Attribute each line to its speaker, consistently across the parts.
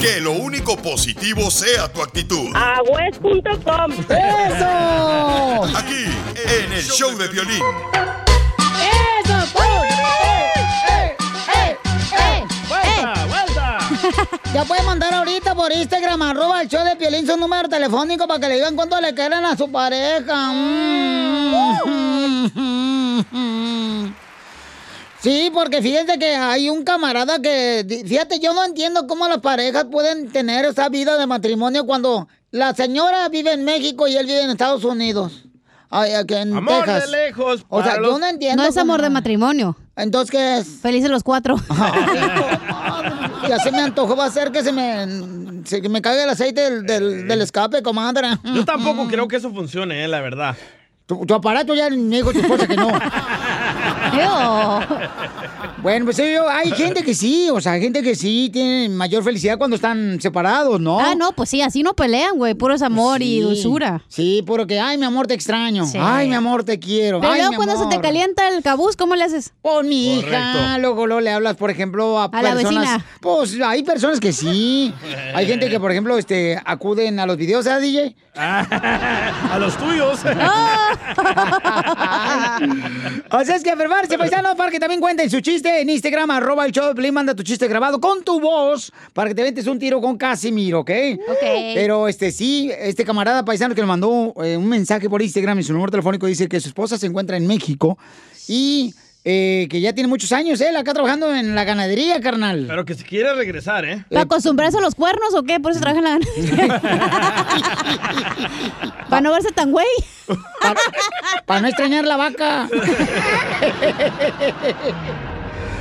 Speaker 1: Que lo único positivo sea tu actitud.
Speaker 2: Agüez.com.
Speaker 3: ¡Eso!
Speaker 1: Aquí, en el show de violín.
Speaker 3: ¡Eso! ¡Eh, eh, eh,
Speaker 4: ¡Vuelta, vuelta!
Speaker 3: Ya puede mandar ahorita por Instagram, arroba el show de Piolín, su número telefónico para que le digan cuánto le quieren a su pareja. Mm. Sí, porque fíjense que hay un camarada que, di- fíjate, yo no entiendo cómo las parejas pueden tener esa vida de matrimonio cuando la señora vive en México y él vive en Estados Unidos. Ay, aquí en
Speaker 4: Amor
Speaker 3: Texas.
Speaker 4: de lejos.
Speaker 3: O sea,
Speaker 4: para
Speaker 3: yo
Speaker 4: los-
Speaker 3: no entiendo.
Speaker 5: No es amor
Speaker 3: cómo-
Speaker 5: de matrimonio.
Speaker 3: Entonces, ¿qué es?
Speaker 5: Felices los cuatro.
Speaker 3: Ya se me antojó, va a ser que se me, se que me caiga el aceite del, del- del escape, comadre.
Speaker 5: Mm,
Speaker 4: Yo tampoco creo que eso funcione, eh, la verdad.
Speaker 3: Tu, tu aparato ya me dijo tu esposa que no. Bueno, pues sí, yo- hay gente que sí, o sea, hay gente que sí tiene mayor felicidad cuando están separados, ¿no?
Speaker 5: Ah, no, pues sí, así no pelean, güey. Puro es amor y
Speaker 3: Oh. Pues Sí.
Speaker 5: dulzura.
Speaker 3: Sí, porque, ay, mi amor, te extraño.
Speaker 5: Sí.
Speaker 3: Ay, mi amor, te quiero.
Speaker 5: Pero
Speaker 3: Ay,
Speaker 5: luego
Speaker 3: mi
Speaker 5: cuando se te
Speaker 3: amor.
Speaker 5: calienta el cabuz, ¿cómo le haces?
Speaker 3: Por mi hija,
Speaker 4: Correcto.
Speaker 3: luego, luego le hablas, por ejemplo, a,
Speaker 5: la
Speaker 3: personas.
Speaker 5: vecina.
Speaker 3: Pues hay personas que sí. Hay gente que, por ejemplo, este, acuden a los videos, ¿eh, ¿sabes, DJ?
Speaker 4: A los tuyos.
Speaker 3: O sea, es que enfermarse, paisanos, para que también cuenten su chiste en Instagram, arroba el show de Piolín, manda tu chiste grabado con tu voz para que te ventes un tiro con Casimiro, ¿ok?
Speaker 5: Ok.
Speaker 3: Pero este sí, este camarada paisano que le mandó eh, un mensaje por Instagram y su número telefónico dice que su esposa se encuentra en México y eh, que ya tiene muchos años él acá trabajando en la ganadería, carnal.
Speaker 4: Pero que si quiere regresar, ¿eh?
Speaker 5: ¿Para acostumbrarse a los cuernos o qué? Por eso traje la Para no verse tan güey.
Speaker 3: Para, para no extrañar la vaca.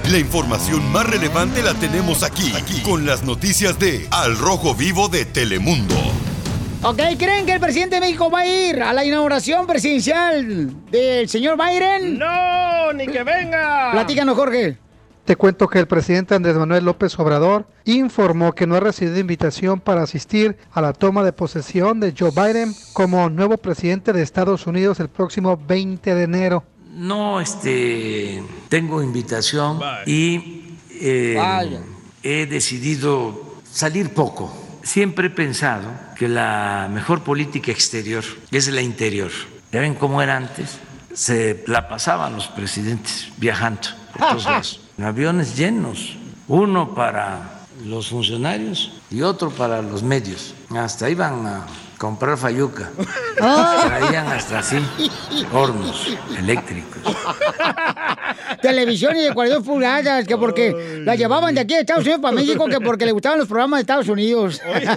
Speaker 1: La información más relevante la tenemos aquí, aquí, con las noticias de Al Rojo Vivo de Telemundo.
Speaker 3: Ok, ¿creen que el presidente de México va a ir a la inauguración presidencial del señor Biden?
Speaker 4: ¡No! ¡Ni que venga!
Speaker 3: Platícanos, Jorge.
Speaker 6: Te cuento que el presidente Andrés Manuel López Obrador informó que no ha recibido invitación para asistir a la toma de posesión de Joe Biden como nuevo presidente de Estados Unidos el próximo 20 de enero.
Speaker 7: No, este, tengo invitación y eh,
Speaker 3: Vaya.
Speaker 7: he decidido salir poco. Siempre he pensado que la mejor política exterior es la interior. ¿Ya ven cómo era antes? Se la pasaban los presidentes viajando por todos lados, en aviones llenos, uno para los funcionarios y otro para los medios. Hasta iban a comprar fayuca,
Speaker 3: Ah.
Speaker 7: traían hasta así hornos eléctricos.
Speaker 3: Televisión y de 42 pulgadas, que porque la llevaban de aquí de Estados Unidos para México, que porque le gustaban los programas de Estados Unidos.
Speaker 5: Qué güey.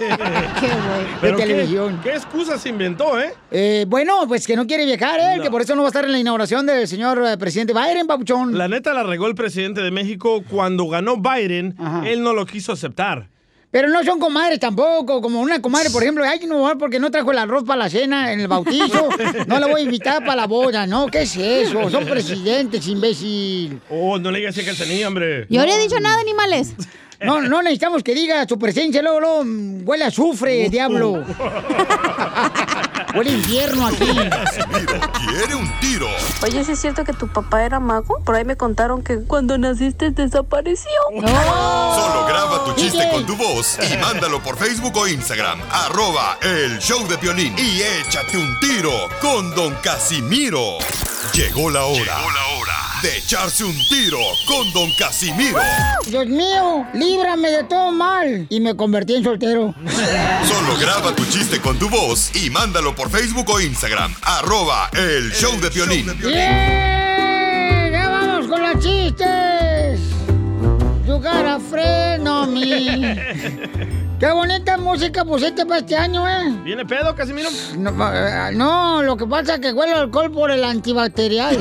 Speaker 4: Pero
Speaker 3: de
Speaker 4: qué-
Speaker 3: televisión.
Speaker 4: ¿Qué excusa se inventó, eh?
Speaker 3: Eh, bueno, pues que no quiere viajar él, que por eso no va a estar en la inauguración del señor eh, presidente Biden, papuchón.
Speaker 4: La neta la regó el presidente de México cuando ganó Biden.
Speaker 3: Ajá.
Speaker 4: Él no lo quiso aceptar.
Speaker 3: Pero no son comadres tampoco, como una comadre, por ejemplo, ay, no, porque no trajo el arroz para la cena en el bautizo, no la voy a invitar para la boda, ¿no? ¿Qué es eso? Son presidentes, imbécil.
Speaker 4: Oh, no le digas que tenía, hombre.
Speaker 5: Yo no le he dicho nada, animales.
Speaker 3: No, no necesitamos que diga su presencia, luego, luego mm, huele a azufre, diablo. huele a infierno aquí.
Speaker 1: Casimiro quiere un tiro
Speaker 8: Oye, ¿sí es cierto que tu papá era mago? Por ahí me contaron que cuando naciste desapareció.
Speaker 1: Solo graba tu chiste
Speaker 3: DJ.
Speaker 1: con tu voz y mándalo por Facebook o Instagram. Arroba el show de violín. Y échate un tiro con Don Casimiro. Llegó la hora. Llegó la hora. de echarse un tiro con Don Casimiro.
Speaker 3: Dios mío, líbrame de todo mal. Y me convertí en soltero.
Speaker 1: Solo graba tu chiste con tu voz y mándalo por Facebook o Instagram. Arroba el show de Piolín.
Speaker 3: ¡Bien! Eh, ¡Ya vamos con los chistes! You gotta freno mi. Qué bonita música pusiste para este año, ¿eh?
Speaker 4: ¿Viene pedo, Casimiro?
Speaker 3: No, eh, no, lo que pasa es que huele alcohol por el antibacterial.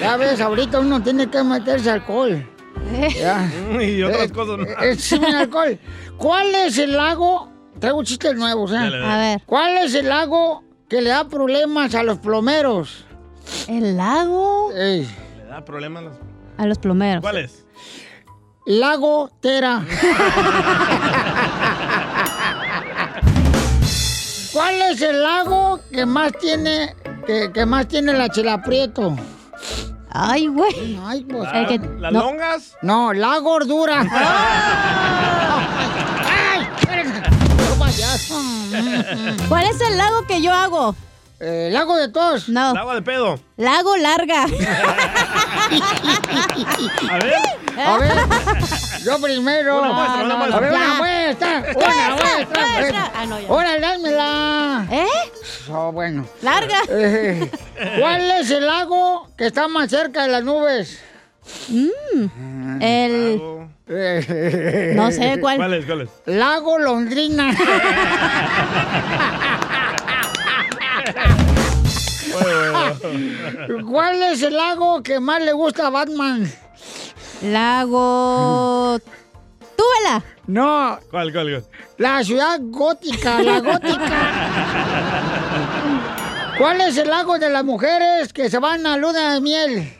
Speaker 3: ya ves, ahorita uno tiene que meterse alcohol.
Speaker 5: Eh.
Speaker 3: Ya.
Speaker 4: Y otras
Speaker 3: Eh,
Speaker 4: cosas más.
Speaker 3: eh, sí, mi alcohol. ¿Cuál es el lago? Traigo chistes nuevos, ¿eh?
Speaker 4: Dale, dale. A
Speaker 5: ver.
Speaker 3: ¿Cuál es el lago que le da problemas a los plomeros?
Speaker 5: ¿El lago?
Speaker 3: Ey,
Speaker 4: ¿Le da problemas? las-
Speaker 5: A los plomeros.
Speaker 4: ¿Cuál es?
Speaker 3: lago Tera. ¿Cuál es el lago que más tiene que, que más tiene la chilaprieto?
Speaker 5: Ay, güey.
Speaker 3: Ay, pues.
Speaker 5: El que-
Speaker 4: ¿Las
Speaker 5: no.
Speaker 4: longas?
Speaker 3: No, la gordura. ¡Ay! ¡Qué payaso!
Speaker 5: ¿Cuál es el lago que yo hago?
Speaker 3: Eh, lago de tos.
Speaker 5: No.
Speaker 4: ¿El agua de pedo?
Speaker 5: Lago larga.
Speaker 4: A ver.
Speaker 3: A ver, yo primero.
Speaker 4: Una muestra, una
Speaker 3: A
Speaker 4: muestra.
Speaker 3: ver, una
Speaker 5: Ya.
Speaker 3: muestra. Una
Speaker 5: Muestra,
Speaker 3: muestra.
Speaker 5: muestra.
Speaker 3: Eh,
Speaker 5: Ah, no, ya.
Speaker 3: Órale, dámela.
Speaker 5: ¿Eh?
Speaker 4: Ah,
Speaker 3: Oh, bueno.
Speaker 5: Larga.
Speaker 3: Eh, ¿Cuál es el lago que está más cerca de las nubes?
Speaker 5: Mm, El.
Speaker 3: Eh,
Speaker 5: No sé cuál.
Speaker 4: ¿Cuál es? ¿Cuál es?
Speaker 3: Lago Londrina. ¿Cuál es el lago que más le gusta a Batman?
Speaker 5: Lago. Túbela.
Speaker 3: No,
Speaker 4: ¿Cuál, cuál, cuál?
Speaker 3: La ciudad gótica, la gótica. ¿Cuál es el lago de las mujeres que se van a luna de miel?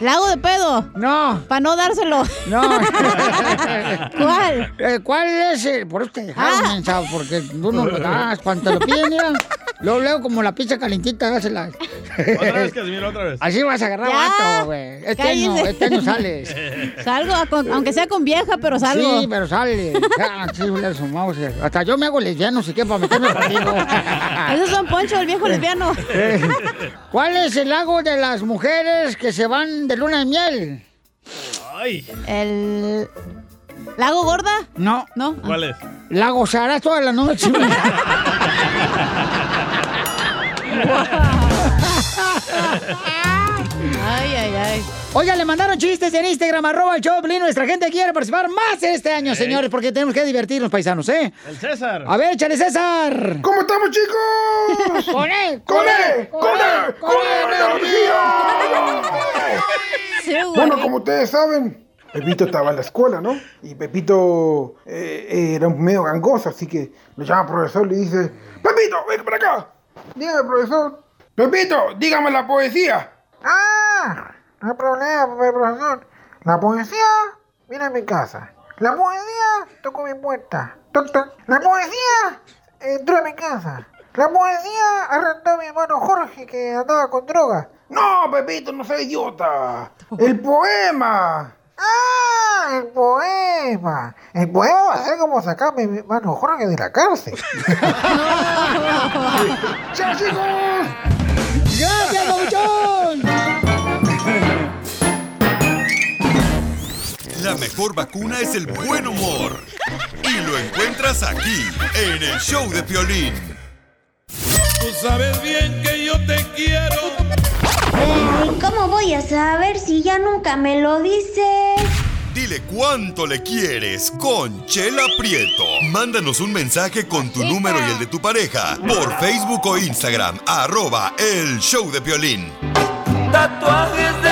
Speaker 5: Lago de pedo.
Speaker 3: No,
Speaker 5: Para no dárselo.
Speaker 3: no.
Speaker 5: ¿Cuál?
Speaker 3: Eh, ¿Cuál es el...? Por eso te dejaron,
Speaker 5: Ah.
Speaker 3: mensa, porque tú no lo das. Cuando te lo piden, mira, luego leo como la pizza calentita, dásela.
Speaker 4: Otra vez, Casimiro, otra vez.
Speaker 3: Así vas a agarrar
Speaker 5: Ya,
Speaker 3: vato, güey. Este año,
Speaker 5: cállese.
Speaker 3: este año sales.
Speaker 5: Salgo, a con- aunque sea con vieja, pero salgo.
Speaker 3: Sí, pero sale. Ah, sí, le sumamos. Hasta yo me hago lesbiano si quiero para meterme contigo.
Speaker 5: Esos son Poncho, el viejo lesbiano.
Speaker 3: ¿Cuál es el lago de las mujeres que se van de luna de miel?
Speaker 4: Ay,
Speaker 5: El. Lago gorda.
Speaker 3: No.
Speaker 5: No. Ah.
Speaker 4: ¿cuál es?
Speaker 3: La gozarás toda la noche.
Speaker 5: Ay, ay, ay.
Speaker 3: Oiga, le mandaron chistes en Instagram, arroba el show de Piolín. Nuestra gente quiere participar más este año, señores, porque tenemos que divertirnos, paisanos, ¿eh?
Speaker 4: El César.
Speaker 3: A ver, échale, César.
Speaker 2: ¿Cómo estamos, chicos?
Speaker 3: ¡Con él!
Speaker 2: ¡Con él! ¡Con él! ¡Con él, energía!
Speaker 5: Sí, güey.
Speaker 2: Bueno, como ustedes saben, Pepito estaba en la escuela, ¿no? Y Pepito eh, era un medio gangoso, así que lo llama al profesor y le dice, Pepito, ven para acá. Dígame, profesor. Pepito, dígame la poesía. Ah, no hay problema, profesor. La poesía viene a mi casa. La poesía tocó mi puerta. Toc, toc. La poesía entró a mi casa. La poesía arrendó a mi hermano Jorge que andaba con droga. No, Pepito, no soy idiota. El poema. Ah, el poema. El poema va a ser como sacar a mi hermano Jorge de la cárcel. ¡Chao, chicos!
Speaker 3: ¡Gracias, Pabuchón!
Speaker 1: La mejor vacuna es el buen humor. Y lo encuentras aquí, en el show de Piolín.
Speaker 9: Tú sabes bien que yo te quiero.
Speaker 10: ¿Cómo voy a saber si ya nunca me lo dices?
Speaker 1: Dile cuánto le quieres con Chela Prieto. Mándanos un mensaje con tu número y el de tu pareja por Facebook o Instagram, arroba el show de Piolín.
Speaker 9: Tatuajes de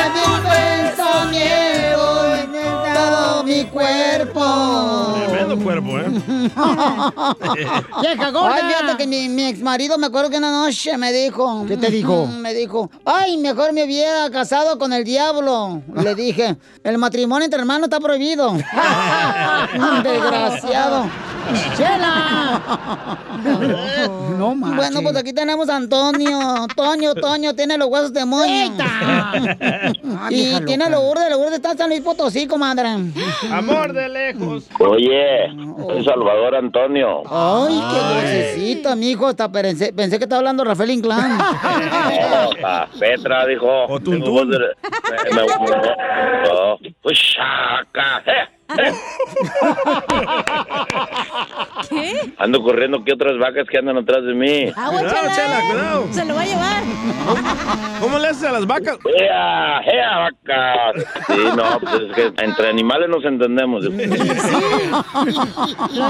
Speaker 3: mi cuerpo.
Speaker 4: Tremendo cuerpo, ¿eh?
Speaker 3: ¡Vieja gorda! Ay, fíjate que mi, mi ex marido me acuerdo que una noche me dijo. ¿Qué te dijo? Me dijo, ay, mejor me hubiera casado con el diablo. Le dije, el matrimonio entre hermanos está prohibido. Desgraciado. ¡Chela! No más. Bueno, pues aquí tenemos a Antonio. Toño, Toño, tiene los huesos de moño. y
Speaker 11: vieja
Speaker 3: tiene lo urde, lo urde está en San Luis Potosí, comadre.
Speaker 4: Amor de lejos.
Speaker 12: Oye, soy Salvador Antonio.
Speaker 3: Ah, Ay, qué dulcecito, mijo. Hasta pensé, pensé que estaba hablando Rafael Inclán.
Speaker 12: No, pa, Petra dijo. O Me, me- me- oh, pues, saca, eh.
Speaker 5: ¿Qué?
Speaker 12: Ando corriendo que otras vacas que andan atrás de mí.
Speaker 5: Agua, Ah, chela. Se lo va a llevar.
Speaker 12: ¿Cómo le haces a las vacas? ¡Ea, ea, vacas! Sí, no, pues es que entre animales nos entendemos.
Speaker 5: ¿Lo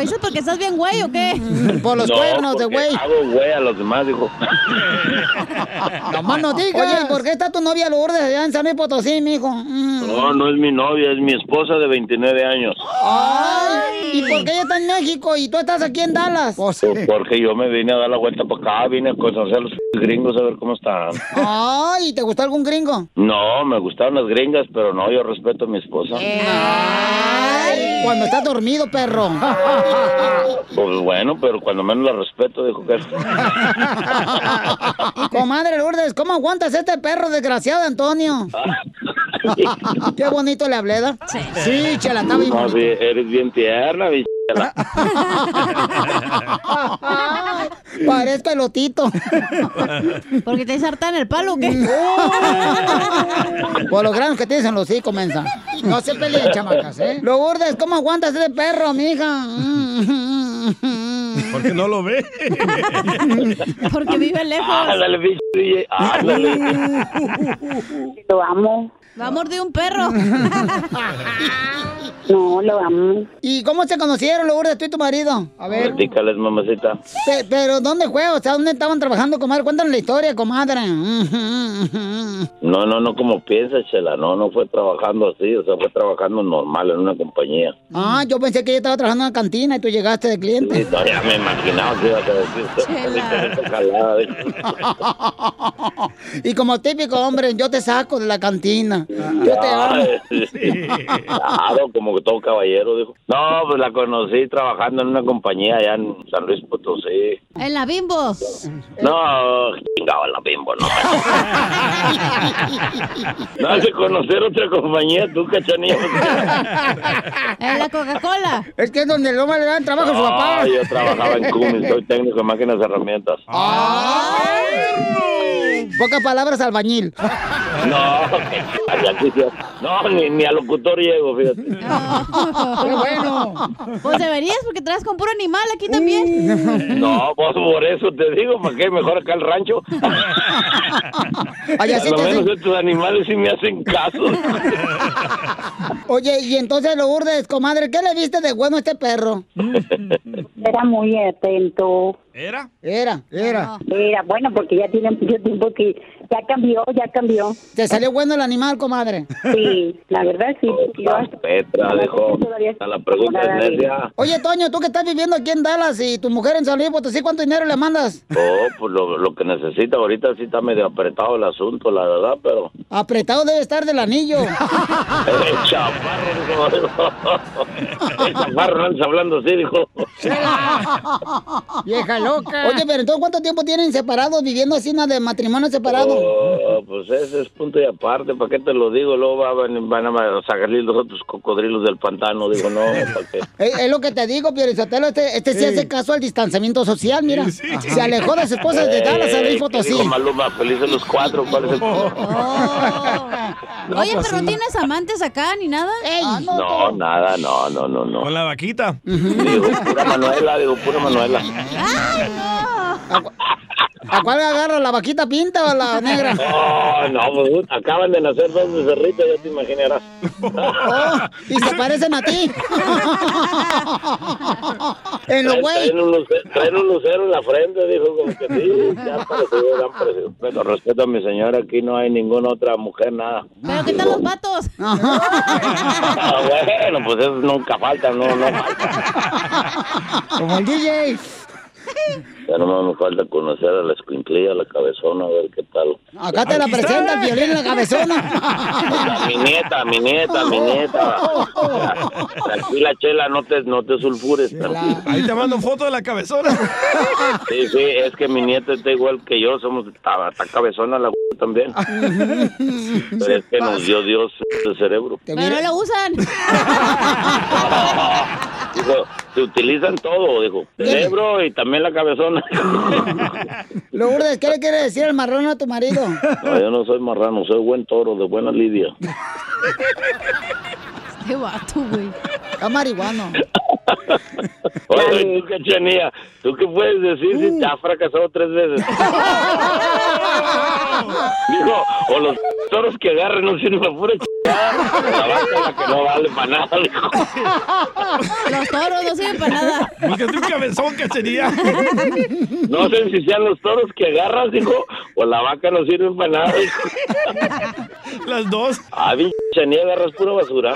Speaker 5: dices porque estás bien güey o qué?
Speaker 3: Por
Speaker 12: No, porque Hago güey a los demás, dijo.
Speaker 3: Nomás no digas. Oye, ¿y por qué está tu novia Lourdes allá en San Luis Potosí, mijo? Mm.
Speaker 12: No, no es mi novia, es mi esposa de 29 años.
Speaker 3: Ay, ¿y por qué ella está en México y tú estás aquí en Dallas?
Speaker 12: Pues Porque yo me vine a dar la vuelta para acá, vine a conocer a los gringos a ver cómo están.
Speaker 3: Ay, ¿te gustó algún gringo?
Speaker 12: No, me gustaron las gringas, pero no, yo respeto a mi esposa.
Speaker 3: Eh. Ay, cuando estás dormido, perro.
Speaker 12: Pues bueno, pero cuando menos la respeto, dijo que...
Speaker 3: Comadre Lourdes, ¿cómo aguantas este perro desgraciado, Antonio? Qué bonito le hablé, ¿da? Sí. Sí, chela, estaba
Speaker 12: No,
Speaker 3: bien. Ah,
Speaker 12: sí, eres bien tierna, bichela.
Speaker 3: Parezco elotito.
Speaker 5: Porque te sartan el palo, o ¿qué?
Speaker 3: Por los granos que tienes en los hijos, mensa. No se peleen, chamacas, ¿eh? Lourdes, ¿cómo aguantas este perro, mija?
Speaker 4: Porque no lo ve.
Speaker 5: Porque vive lejos.
Speaker 12: Ándale, bicho, DJ, ándale.
Speaker 13: Lo amo.
Speaker 5: Va a morder un perro.
Speaker 13: No, lo amo.
Speaker 3: ¿Y cómo se conocieron, Lourdes, tú y tu marido? A ver.
Speaker 12: Platícales, mamacita.
Speaker 3: Pe- pero, ¿dónde fue? O sea, ¿dónde estaban trabajando, comadre? Cuéntanos la historia, comadre.
Speaker 12: No, no, no como piensas, Chela. No, no fue trabajando así, o sea, fue trabajando normal en una compañía.
Speaker 3: Ah, yo pensé que ella estaba trabajando en la cantina y tú llegaste de cliente.
Speaker 12: Sí, no, ya me imaginaba que ibas a decir. Esa jalada, dijo.
Speaker 3: Y como típico hombre, yo te saco de la cantina. Yo te amo.
Speaker 12: Ay, Ah, sí. Claro, como que todo caballero, dijo. No, pues la conocí trabajando en una compañía allá en San Luis Potosí.
Speaker 5: En la bimbo.
Speaker 12: No, chingaba la bimbo, no. No hace conocer otra compañía, tú, cachanilla.
Speaker 5: En la Coca-Cola.
Speaker 3: Es que es donde el hombre le dan trabajo a su
Speaker 12: Ah,
Speaker 3: papá.
Speaker 12: yo trabajaba en Cummins, soy técnico de máquinas y herramientas.
Speaker 3: Ah. Pocas palabras, albañil.
Speaker 12: No, allá quisiera- no ni, ni a locutor llego, fíjate.
Speaker 5: Qué
Speaker 3: bueno.
Speaker 5: Pues deberías porque traes con puro animal aquí también.
Speaker 3: Mm.
Speaker 12: No, pues por eso te digo, ¿para qué mejor acá el rancho?
Speaker 3: Allá
Speaker 12: a
Speaker 3: sí
Speaker 12: lo
Speaker 3: te hacen-
Speaker 12: menos estos animales sí me hacen caso.
Speaker 3: Oye, y entonces, Lourdes, comadre, ¿qué le viste de bueno a este perro?
Speaker 13: Era muy atento.
Speaker 4: ¿Era?
Speaker 3: Era,
Speaker 5: Ah,
Speaker 3: era.
Speaker 13: Era bueno porque ya tiene mucho tiempo que ya cambió, ya cambió.
Speaker 3: ¿Te salió bueno el animal, comadre?
Speaker 13: Sí, la verdad sí. porque yo hasta-
Speaker 12: Petra, dejó a la pregunta es necia.
Speaker 3: Oye, Toño, tú que estás viviendo aquí en Dallas y tu mujer en San Luis Potosí, ¿cuánto dinero le mandas?
Speaker 12: Oh, pues lo, lo que necesita ahorita sí está medio apretado el asunto, la verdad, pero...
Speaker 3: Apretado debe estar del anillo.
Speaker 12: El chaparro, dijo. El chaparro andas hablando así, dijo.
Speaker 3: Vieja loca. Oye, pero entonces, ¿cuánto tiempo tienen separados, viviendo así, nada de matrimonio separado?
Speaker 12: Oh, pues ese es punto y aparte, ¿para qué te lo digo? Luego va- van, van a salir los otros cocodrilos del pantano, digo, no, ¿para qué?
Speaker 3: Es, es lo que te digo, Piorizotelo, este, este sí hace caso al distanciamiento social, mira. Se alejó de su esposa de Dallas, San
Speaker 12: Eh,
Speaker 3: Luis
Speaker 12: ¿qué
Speaker 3: Potosí.
Speaker 12: Dijo Maluma, felices los cuatro, ¿cuál es el
Speaker 5: Oye, pero no tienes amantes acá ni nada. Ah, no.
Speaker 12: No, nada, no, no, no, no.
Speaker 4: Con la vaquita.
Speaker 12: Digo, pura Manuela, digo, pura Manuela.
Speaker 3: ¿A cuál le agarra? ¿La vaquita pinta o la negra?
Speaker 12: Oh, no, pues, acaban de nacer dos becerritos, ya te imaginarás.
Speaker 3: Y se parecen a ti. en los
Speaker 12: Traen-
Speaker 3: güey.
Speaker 12: Traen un, luce- traen un lucero en la frente, dijo, como que sí, ya parecido, ya parecido. Pero respeto a mi señora, aquí no hay ninguna otra mujer, nada.
Speaker 5: Pero ¿qué tal los vatos?
Speaker 12: Ah, bueno, pues eso nunca falta, no, no falta.
Speaker 3: Como el DJ.
Speaker 12: Ya nomás me falta conocer a la escuinclilla, a la cabezona, a ver qué tal.
Speaker 3: Acá te la presenta el violín en la cabezona.
Speaker 12: A mi nieta, a mi nieta, a mi nieta. Tranquila, Chela, no te, no te sulfures. tranquila.
Speaker 4: Ahí te mando foto de la cabezona.
Speaker 12: Sí, sí, es que mi nieta está igual que yo, somos está, está cabezona la también. Pero es que nos dio Dios el cerebro.
Speaker 5: Pero no lo usan.
Speaker 12: Dijo, se utilizan todo, dijo. Cerebro y también la cabezona.
Speaker 3: Lourdes, ¿qué le quiere decir el marrón a tu marido?
Speaker 12: No, yo no soy marrano, soy buen toro, de buena lidia.
Speaker 5: Qué vato, güey.
Speaker 3: Está marihuano.
Speaker 12: Oye, tú qué chenía, ¿tú qué puedes decir si te has fracasado tres veces? Dijo, o los toros que agarren no sirven para pura chingada, la vaca es la que no vale para nada, dijo.
Speaker 5: Los toros no sirven para nada.
Speaker 4: Búscate un cabezón, cachería.
Speaker 12: No sé si sean los toros que agarras, dijo, o la vaca no sirve para nada, dijo.
Speaker 4: Las dos.
Speaker 12: Ah, bien chenía, agarras pura basura.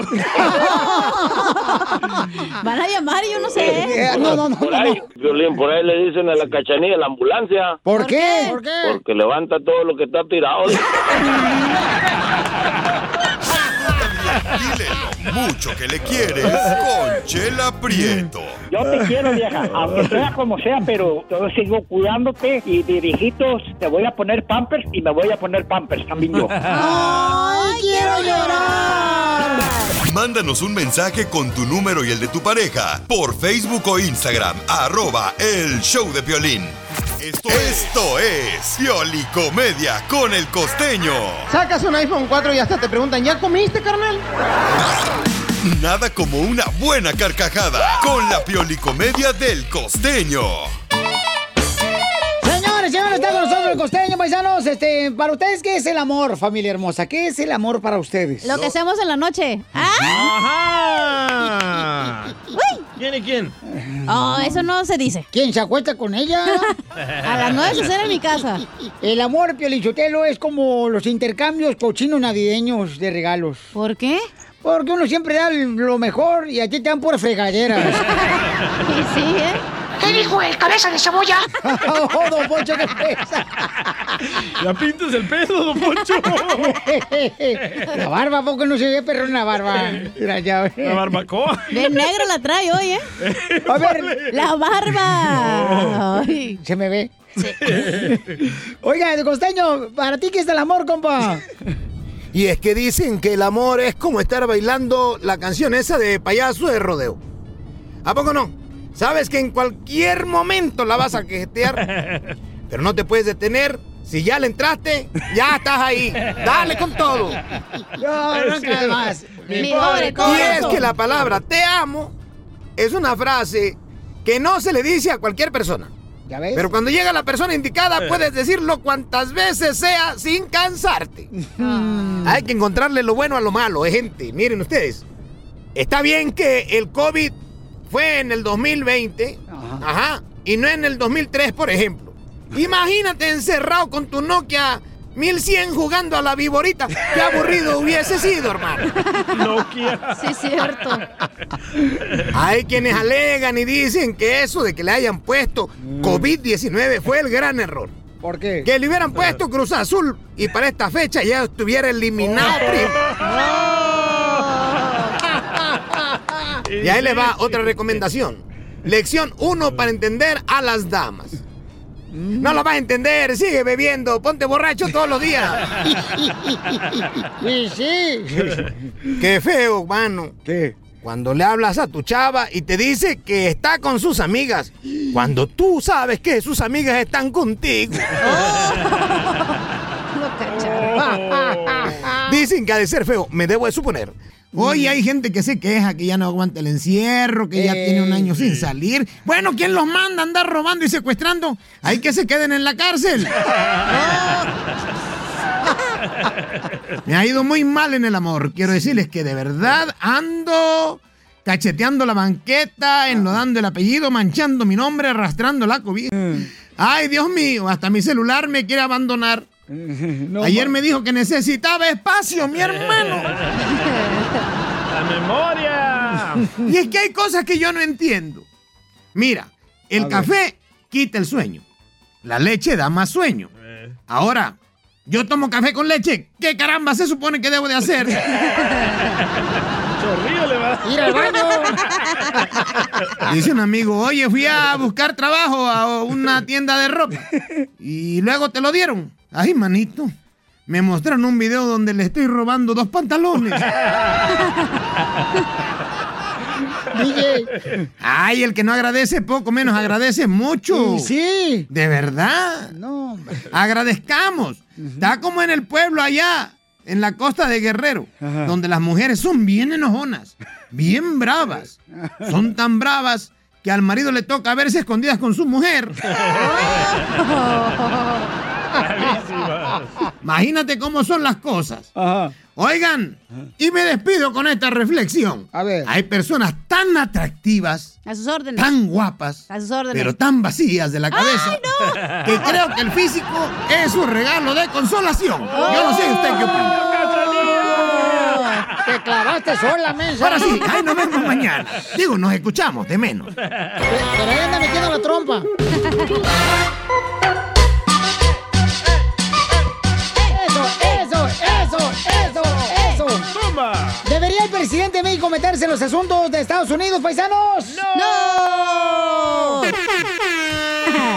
Speaker 5: Van a llamar, yo no sé. ¿eh?
Speaker 3: Eh, No, no, no.
Speaker 12: Por ahí, Violín, por ahí le dicen a la cachanilla, la ambulancia.
Speaker 3: ¿Por qué? ¿Por qué?
Speaker 12: Porque levanta todo lo que está tirado.
Speaker 1: Dile lo mucho que le quieres con Chela Prieto.
Speaker 11: Yo te
Speaker 1: Ah.
Speaker 11: quiero, vieja, aunque sea como sea, pero yo sigo cuidándote y de viejitos te voy a poner pampers y me voy a poner pampers también yo.
Speaker 3: ¡Ay, quiero llorar!
Speaker 1: Mándanos un mensaje con tu número y el de tu pareja por Facebook o Instagram, arroba el show de violín. Esto, Esto es Pioli Comedia con el costeño.
Speaker 14: Sacas un iPhone 4 y hasta te preguntan, ¿ya comiste, carnal?
Speaker 1: Nada como una buena carcajada con la Pioli Comedia del costeño.
Speaker 3: Señores, señores, está con nosotros el costeño, paisanos. Este, para ustedes, ¿qué es el amor, familia hermosa? ¿Qué es el amor para ustedes?
Speaker 5: Lo que hacemos en la noche. ¡Ah!
Speaker 4: Ajá.
Speaker 5: ¡Uy!
Speaker 4: ¿Quién es quién?
Speaker 5: Oh, eso no se dice.
Speaker 3: ¿Quién se acuesta con ella?
Speaker 5: A las nueve se cena en mi casa.
Speaker 3: El amor, Piolichotelo, es como los intercambios cochinos navideños de regalos.
Speaker 5: ¿Por qué?
Speaker 3: Porque uno siempre da lo mejor y a ti te dan por fregaderas.
Speaker 5: Y sí, ¿eh?
Speaker 14: ¿Qué dijo el cabeza de cebolla?
Speaker 3: ¡Oh, don Poncho, qué pesa!
Speaker 4: Ya pintas el peso, don Poncho.
Speaker 3: La barba, ¿a poco no se ve perro en la barba? Mira, ya ve.
Speaker 4: La barbacoa.
Speaker 5: De negro la trae hoy, ¿eh?
Speaker 3: A ver,
Speaker 5: La barba. Ay.
Speaker 3: se me ve. Oiga, el costeño, ¿para ti qué es el amor, compa?
Speaker 15: Y es que dicen que el amor es como estar bailando la canción esa de payaso de rodeo. ¿A poco no? Sabes que en cualquier momento la vas a quejetear, pero no te puedes detener. Si ya le entraste, ya estás ahí. Dale con todo.
Speaker 3: No, nunca más.
Speaker 5: Mi pobre
Speaker 15: Y es
Speaker 5: corazón.
Speaker 15: que la palabra te amo es una frase que no se le dice a cualquier persona.
Speaker 3: ¿Ya ves?
Speaker 15: Pero cuando llega la persona indicada, puedes decirlo cuantas veces sea sin cansarte. Hay que encontrarle lo bueno a lo malo, eh, gente. Miren ustedes. Está bien que el COVID fue en el 2020, ajá. y no en el 2003, por ejemplo. Imagínate encerrado con tu Nokia 1100 jugando a la viborita. Qué aburrido hubiese sido, hermano.
Speaker 4: Nokia.
Speaker 5: Sí, es cierto.
Speaker 15: Hay quienes alegan y dicen que eso de que le hayan puesto COVID-19 fue el gran error.
Speaker 3: ¿Por qué?
Speaker 15: Que le hubieran puesto Cruz Azul y para esta fecha ya estuviera eliminado.
Speaker 14: Oh.
Speaker 15: primo. Y ahí le va otra recomendación. Lección 1 para entender a las damas. No lo vas a entender, sigue bebiendo, ponte borracho todos los días.
Speaker 3: Sí, sí.
Speaker 15: Qué feo, mano.
Speaker 3: ¿Qué?
Speaker 15: Cuando le hablas a tu chava y te dice que está con sus amigas, cuando tú sabes que sus amigas están contigo.
Speaker 3: Oh.
Speaker 5: Lo cacharon.
Speaker 15: Dicen que ha de ser feo, me debo de suponer. Mm. Hoy hay gente que se queja que ya no aguanta el encierro, que ya
Speaker 3: Eh.
Speaker 15: tiene un año sin salir. Bueno, ¿quién los manda a andar robando y secuestrando? Hay que se queden en la cárcel. Me ha ido muy mal en el amor. Quiero decirles que de verdad ando cacheteando la banqueta, enlodando el apellido, manchando mi nombre, arrastrando la cobija. Ay, Dios mío, hasta mi celular me quiere abandonar. Ayer me dijo que necesitaba espacio, mi hermano.
Speaker 4: ¡La memoria!
Speaker 15: Y es que hay cosas que yo no entiendo. Mira, el café quita el sueño. La leche da más sueño. Ahora, yo tomo café con leche. ¿Qué caramba se supone que debo de hacer?
Speaker 11: Chorrillo le va.
Speaker 3: Ir al baño.
Speaker 15: Dice un amigo, oye, fui a buscar trabajo a una tienda de ropa. Y luego te lo dieron. Ay, manito. Me mostraron un video donde le estoy robando dos pantalones. DJ. Ay, el que no agradece poco menos agradece mucho.
Speaker 3: Y sí.
Speaker 15: De verdad.
Speaker 3: No, hombre.
Speaker 15: Agradezcamos. Está como en el pueblo allá, en la costa de Guerrero, donde las mujeres son bien enojonas, bien bravas. Son tan bravas que al marido le toca verse escondidas con su mujer. Imagínate cómo son las cosas. Oigan, y me despido con esta reflexión. Hay personas tan atractivas,
Speaker 5: A sus órdenes.
Speaker 15: tan guapas,
Speaker 5: A sus órdenes.
Speaker 15: pero tan vacías de la cabeza,
Speaker 5: ¡Ay, no!
Speaker 15: que creo que el físico es un regalo de consolación. Yo no sé usted qué opina.
Speaker 5: Oh,
Speaker 3: Te clavaste sola, mensa.
Speaker 15: Ahora sí, ahí nos vemos mañana. Digo, nos escuchamos, de menos.
Speaker 3: Pero ahí anda metiendo la trompa. Eso, eso, eso, eso, eso. ¿Debería el presidente de México meterse en los asuntos de Estados Unidos, paisanos? ¡No!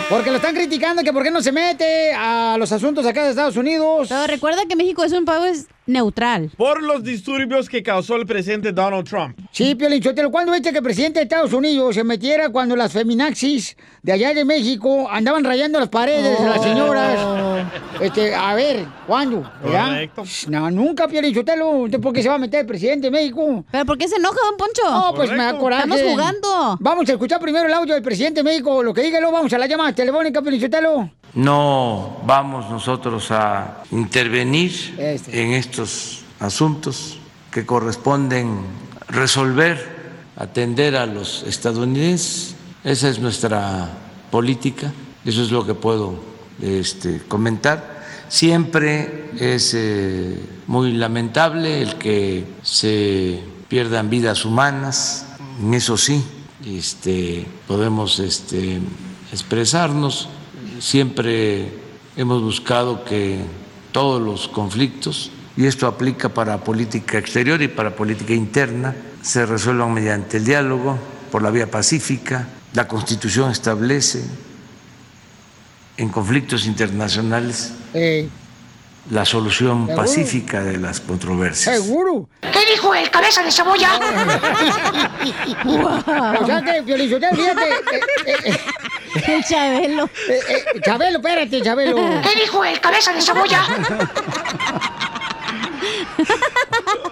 Speaker 3: Porque lo están criticando que por qué no se mete a los asuntos acá de Estados Unidos.
Speaker 5: Pero recuerda que México es un país neutral.
Speaker 4: Por los disturbios que causó el presidente Donald Trump.
Speaker 3: Sí, Piolín Sotelo, ¿cuándo viste que el presidente de Estados Unidos se metiera cuando las feminaxis de allá de México andaban rayando las paredes de las señoras? Este, a ver, ¿cuándo? ¿Verdad?
Speaker 11: Correcto.
Speaker 3: No, nunca, Piolín Sotelo. ¿Usted por qué se va a meter el presidente de México?
Speaker 5: ¿Pero por qué se enoja, don Poncho?
Speaker 3: No, pues me da
Speaker 5: Correcto.
Speaker 3: coraje.
Speaker 5: Estamos jugando.
Speaker 3: Vamos a escuchar primero el audio del presidente de México. Lo que diga, luego vamos a la llamada telefónica, Piolín Sotelo.
Speaker 16: No vamos nosotros a intervenir
Speaker 3: Este.
Speaker 16: en estos asuntos que corresponden resolver, atender a los estadounidenses. Esa es nuestra política, eso es lo que puedo este, comentar. Siempre es eh, muy lamentable el que se pierdan vidas humanas, en eso sí, este, podemos este, expresarnos. Siempre hemos buscado que todos los conflictos, y esto aplica para política exterior y para política interna, se resuelvan mediante el diálogo, por la vía pacífica. La Constitución establece en conflictos internacionales
Speaker 3: Eh,
Speaker 16: la solución
Speaker 3: Seguro.
Speaker 16: pacífica de las controversias.
Speaker 3: seguro.
Speaker 11: ¿Qué dijo el cabeza de cebolla?
Speaker 3: O sea que, Piolín Sotelo, fíjate. eh, El Chabelo. eh, Chabelo, espérate, Chabelo.
Speaker 11: ¿Qué dijo el cabeza de cebolla?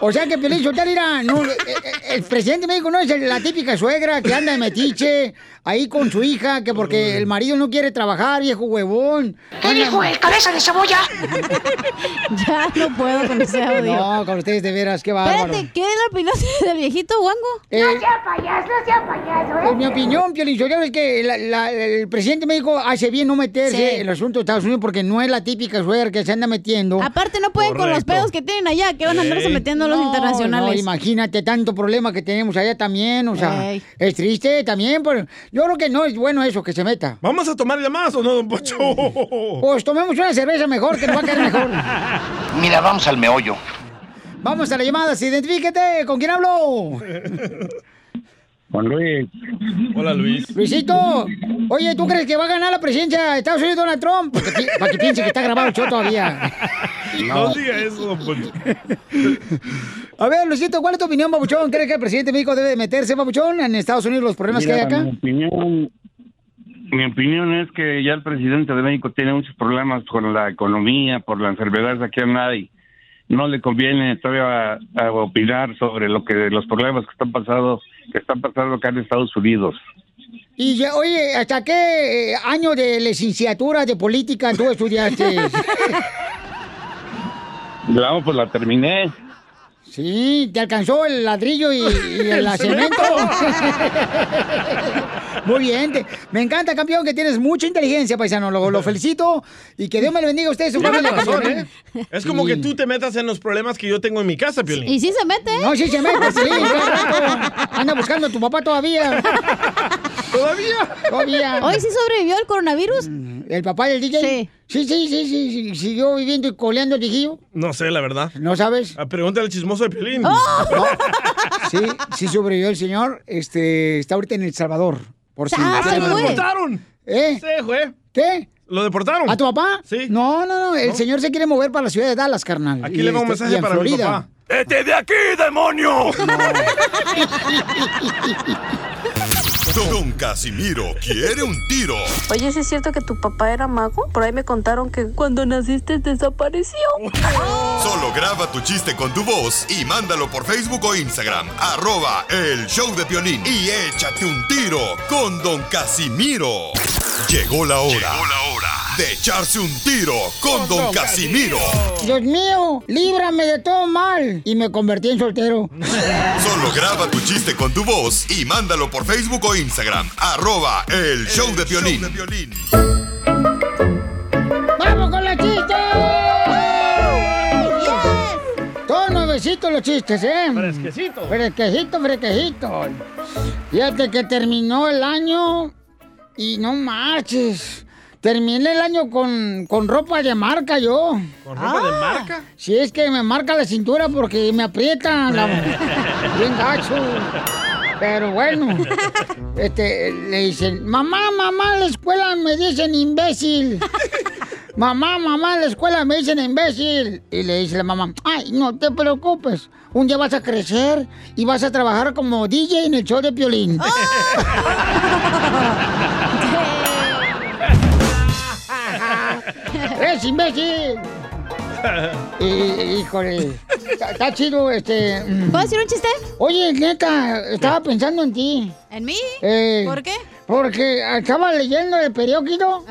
Speaker 3: O sea que Piolín Sotelo era, no, eh, eh, el presidente de México no es el- la típica suegra que anda de metiche ahí con su hija, que porque el marido no quiere trabajar, viejo huevón.
Speaker 11: ¿Qué dijo el cabeza de cebolla?
Speaker 3: Ya no puedo
Speaker 5: con ese audio.
Speaker 3: No, con ustedes de veras, qué bárbaro.
Speaker 5: Espérate, ¿qué es la opinión del viejito Wango?
Speaker 3: Eh,
Speaker 17: payaso, no sea payaso, ¿eh?
Speaker 3: En Pues, mi opinión, Piolín Sotelo, es que la- la- el presidente de México hace bien no meterse
Speaker 5: Sí.
Speaker 3: en el asunto de Estados Unidos porque no es la típica suegra que se anda metiendo.
Speaker 5: Aparte, no pueden con los
Speaker 3: Correcto.
Speaker 5: pedos que tienen allá, que van a andarse
Speaker 3: Ey.
Speaker 5: metiendo a los
Speaker 3: No, no,
Speaker 5: internacionales.
Speaker 3: imagínate tanto problema que tenemos allá también, o sea,
Speaker 5: Ey.
Speaker 3: es triste también, pero yo creo que no es bueno eso que se meta.
Speaker 4: ¿Vamos a tomar llamadas o no, don Pocho?
Speaker 3: Pues tomemos una cerveza mejor, que nos va a caer mejor.
Speaker 18: Mira, vamos al meollo.
Speaker 3: Vamos a la llamada, identifíquete, ¿con quién hablo?
Speaker 18: Juan Luis.
Speaker 4: Hola, Luis.
Speaker 3: Luisito, oye, ¿tú crees que va a ganar la presidencia de Estados Unidos Donald Trump? Porque pi- Para que piense que está grabado el show todavía.
Speaker 4: No, diga eso, pues. don Pocho.
Speaker 3: A ver, Luisito, ¿cuál es tu opinión, Papuchón? ¿Crees que el presidente de México debe de meterse, Papuchón, en Estados Unidos los problemas
Speaker 18: Mira,
Speaker 3: que hay acá?
Speaker 18: Mi opinión, mi opinión es que ya el presidente de México tiene muchos problemas con la economía, por las enfermedades aquí en nadie. No le conviene todavía a- a opinar sobre lo que los problemas que están pasando, que están pasando acá en Estados Unidos.
Speaker 3: Y ya, oye, ¿hasta qué eh, año de licenciatura de política tú estudiaste?
Speaker 18: La, pues la terminé.
Speaker 3: sí, te alcanzó el ladrillo y, y el,
Speaker 11: El
Speaker 3: cemento.
Speaker 11: cemento.
Speaker 3: Muy bien, te- me encanta, campeón, que tienes mucha inteligencia, paisano. Lo, lo felicito y que Dios me lo bendiga a usted y su
Speaker 4: Tiene
Speaker 3: familia,
Speaker 4: razón,
Speaker 3: campeón, ¿eh?
Speaker 4: ¿eh? Es como que tú te metas en los problemas que yo tengo en mi casa, Piolín.
Speaker 5: Y sí se mete.
Speaker 3: No, sí se mete, sí, cada rato. Anda buscando a tu papá todavía. ¿Todavía? Todavía. Mm,
Speaker 5: ¿Hoy sí sobrevivió el coronavirus?
Speaker 3: ¿El papá del DJ? Sí. Sí, sí, sí, sí, sí, siguió viviendo y coleando el viejillo.
Speaker 4: No sé, la verdad.
Speaker 3: ¿No sabes? ¡Oh!
Speaker 4: Ah, Pregúntale al chismoso de Pelín.
Speaker 3: No. Sí, sí sobrevivió el señor. Este, está ahorita en El Salvador. Por si
Speaker 4: ¡Ah,
Speaker 3: se
Speaker 4: lo
Speaker 3: acuerdan.
Speaker 4: deportaron!
Speaker 3: ¿Eh?
Speaker 4: Sí, güey.
Speaker 3: ¿Qué?
Speaker 4: ¿Lo deportaron?
Speaker 3: ¿A tu papá? Sí. No, no, no. El señor se quiere mover para la ciudad de Dallas, carnal. este,
Speaker 4: Aquí le va un mensaje para mi papá.
Speaker 9: ¡Este de aquí, demonio!
Speaker 1: Don Casimiro quiere un tiro
Speaker 8: Oye, ¿sí es cierto que tu papá era mago? Por ahí me contaron que cuando naciste desapareció.
Speaker 1: Solo graba tu chiste con tu voz y mándalo por Facebook o Instagram. Arroba el show de Piolín. Y échate un tiro con Don Casimiro. Llegó la hora. De echarse un tiro con Don, Casimiro.
Speaker 3: Dios mío, líbrame de todo mal. Y me convertí en soltero.
Speaker 1: Solo graba tu chiste con tu voz y mándalo por Facebook o Instagram. Arroba el show de Piolín.
Speaker 3: ¡Vamos con los Ah. chistes! Todos nuevecitos los chistes, ¿eh?
Speaker 4: Fresquecitos.
Speaker 3: Fresquecito, fresquecito. Fíjate que terminó el año y no marches. Terminé el año con, con ropa de marca yo.
Speaker 4: ¿Con ropa de marca?
Speaker 3: Si es que me marca la cintura porque me aprieta la... bien gacho. Pero bueno, este, le dicen, mamá, mamá, en la escuela me dicen imbécil. Mamá, mamá, en la escuela me dicen imbécil. Y le dice la mamá, ay, no te preocupes. Un día vas a crecer y vas a trabajar como DJ en el show de Piolín.
Speaker 5: Oh.
Speaker 3: ¡Es imbécil! Y- híjole, está, está chido este... mm.
Speaker 5: ¿Puedo decir un chiste?
Speaker 3: Oye, neta, estaba pensando en ti.
Speaker 5: ¿En mí?
Speaker 3: Eh,
Speaker 5: ¿Por qué?
Speaker 3: Porque estaba leyendo el periódico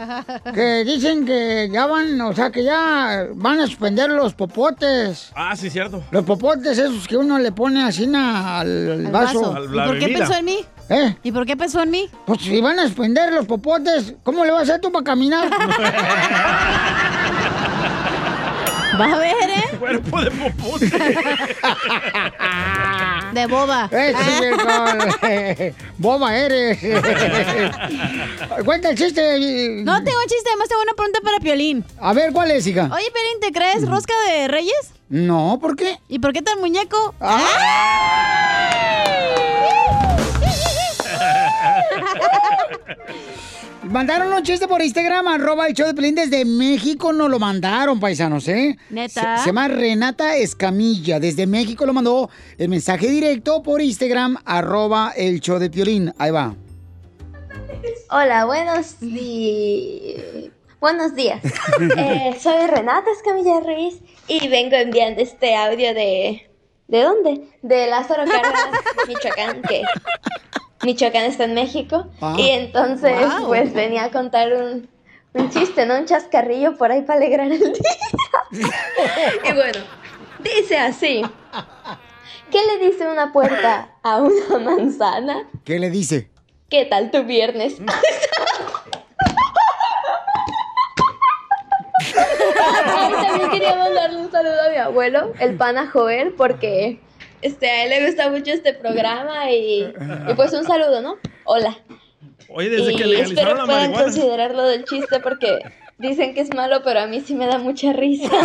Speaker 3: que dicen que ya van, o sea, que ya van a suspender los popotes.
Speaker 4: Ah, sí, cierto.
Speaker 3: Los popotes esos que uno le pone así na- al, al vaso.
Speaker 4: Al-
Speaker 5: ¿Y
Speaker 4: la
Speaker 5: por qué
Speaker 4: bebida.
Speaker 5: pensó en mí?
Speaker 3: ¿Eh?
Speaker 5: ¿Y por qué pensó en mí?
Speaker 3: Pues si van a suspender los popotes, ¿cómo le vas a hacer tú para caminar?
Speaker 5: Va a ver, ¿eh?
Speaker 4: Cuerpo de popote.
Speaker 5: De boba.
Speaker 3: Ese es el gol. eh, Boba eres. Cuenta el chiste. eh,
Speaker 5: No tengo un chiste, además tengo una pregunta para Piolín.
Speaker 3: A ver, ¿cuál es, hija? Mm.
Speaker 5: Oye, Piolín, ¿te crees rosca de reyes?
Speaker 3: No, ¿por qué? Ah.
Speaker 5: ¿Y por qué tan muñeco?
Speaker 3: Mandaron un chiste por Instagram, arroba el show de Pelín desde México, nos lo mandaron, paisanos, ¿eh?
Speaker 5: ¿Neta?
Speaker 3: Se, se llama Renata Escamilla, desde México lo mandó el mensaje directo por Instagram, arroba el show de Piolín. Ahí va.
Speaker 10: Hola, buenos días. Buenos días. Eh, soy Renata Escamilla Ruiz y vengo enviando este audio de. ¿De dónde? De Lázaro Cárdenas, Michoacán, que Michoacán está en México.
Speaker 19: Ah.
Speaker 10: y entonces,
Speaker 19: Wow.
Speaker 10: pues venía a contar un, un chiste, ¿no? Un chascarrillo por ahí para alegrar el día. y bueno, dice así: ¿Qué le dice una puerta a una manzana?
Speaker 3: ¿Qué le dice?
Speaker 10: ¿Qué tal tu viernes? Ay, también quería mandarle un saludo a mi abuelo, el pana Joel, porque este, a él le gusta mucho este programa y, y pues un saludo, ¿no? Hola.
Speaker 4: Oye, desde
Speaker 10: Y
Speaker 4: que legalizaron
Speaker 10: espero
Speaker 4: la
Speaker 10: puedan
Speaker 4: marihuana.
Speaker 10: considerar lo del chiste porque dicen que es malo, pero a mí sí me da mucha risa.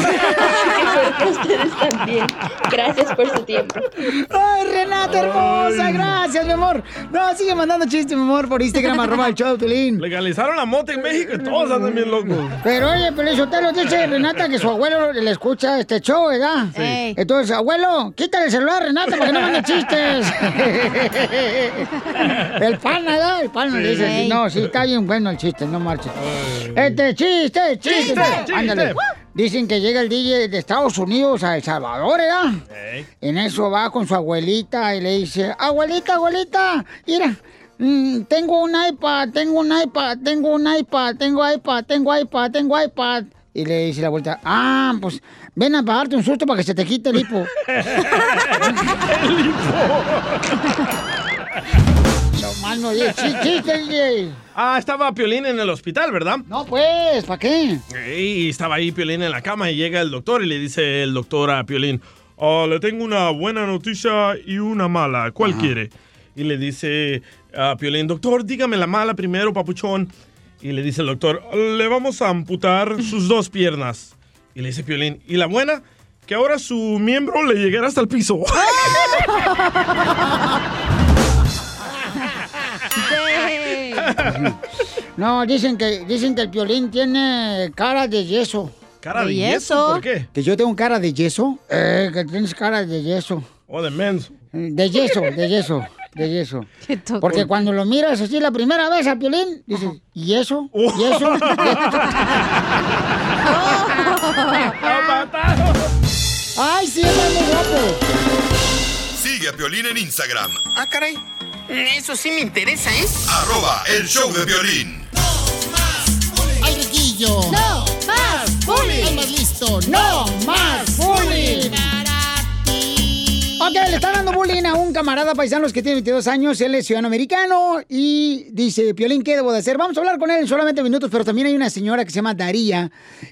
Speaker 10: Espero que ustedes también. Gracias por su tiempo.
Speaker 3: ¡Ay, Renata hermosa!
Speaker 10: Ay.
Speaker 3: Gracias, mi amor. No, sigue mandando chistes, mi amor, por Instagram, arroba el show de Piolín.
Speaker 4: Legalizaron la mota en México y todos andan bien locos.
Speaker 3: Pero oye, pero eso te lo dice Renata que su abuelo le escucha este show, ¿verdad?
Speaker 4: Sí. Ey.
Speaker 3: Entonces, abuelo, quítale el celular a Renata porque no manda chistes. el pan, ¿verdad? El pan le dice,
Speaker 19: Sí.
Speaker 3: sí, no, sí, está bien bueno el chiste, no marches. Este chiste, chiste,
Speaker 19: Chiste, chiste.
Speaker 3: Ándale. Dicen que llega el DJ de Estados Unidos a El Salvador, ¿verdad?
Speaker 19: Ey.
Speaker 3: En eso va con su abuelita y le dice, abuelita, abuelita, mira, mm, tengo un iPad, tengo un iPad, tengo un iPad, tengo iPad, tengo iPad, tengo iPad. Y le dice la abuelita, ah, pues ven a pagarte un susto para que se te quite el hipo. No, mano, oye, sí, chiste, DJ.
Speaker 4: Ah, estaba Piolín en el hospital, ¿verdad?
Speaker 3: No, pues, ¿para qué?
Speaker 4: Y estaba ahí Piolín en la cama y llega el doctor y le dice el doctor a Piolín, "Ah, le tengo una buena noticia y una mala, ¿cuál quiere? y le dice a Piolín, doctor, dígame la mala primero, papuchón. Y le dice el doctor, le vamos a amputar sus dos piernas. Y le dice Piolín, ¿y la buena? Que ahora su miembro le llegará hasta el piso.
Speaker 3: No, dicen que, dicen que el piolín tiene cara de yeso.
Speaker 4: ¿Cara de ¿De yeso? yeso? ¿Por qué?
Speaker 3: ¿Que yo tengo cara de yeso? Eh, que tienes cara de yeso.
Speaker 4: O Oh, de menso.
Speaker 3: De yeso, de yeso, de yeso. Porque cuando lo miras así la primera vez al piolín, dices, ¿y eso?
Speaker 4: Oh.
Speaker 3: ¿Y eso? ¡Ay, sí, está muy guapo!
Speaker 1: Sigue a Piolín en Instagram,
Speaker 14: Ah, caray. Eso sí me interesa, ¿eh?
Speaker 1: arroba el show de violín.
Speaker 3: ¡Ay, riquillo!
Speaker 14: ¡No
Speaker 3: más bullying! ¡Ay, más listo! ¡No más bullying! Ok, le están dando bullying a un camarada paisano que tiene 22 años, él es ciudadano americano y dice, Piolín, ¿qué debo de hacer? Vamos a hablar con él en solamente minutos, pero también hay una señora que se llama Daría.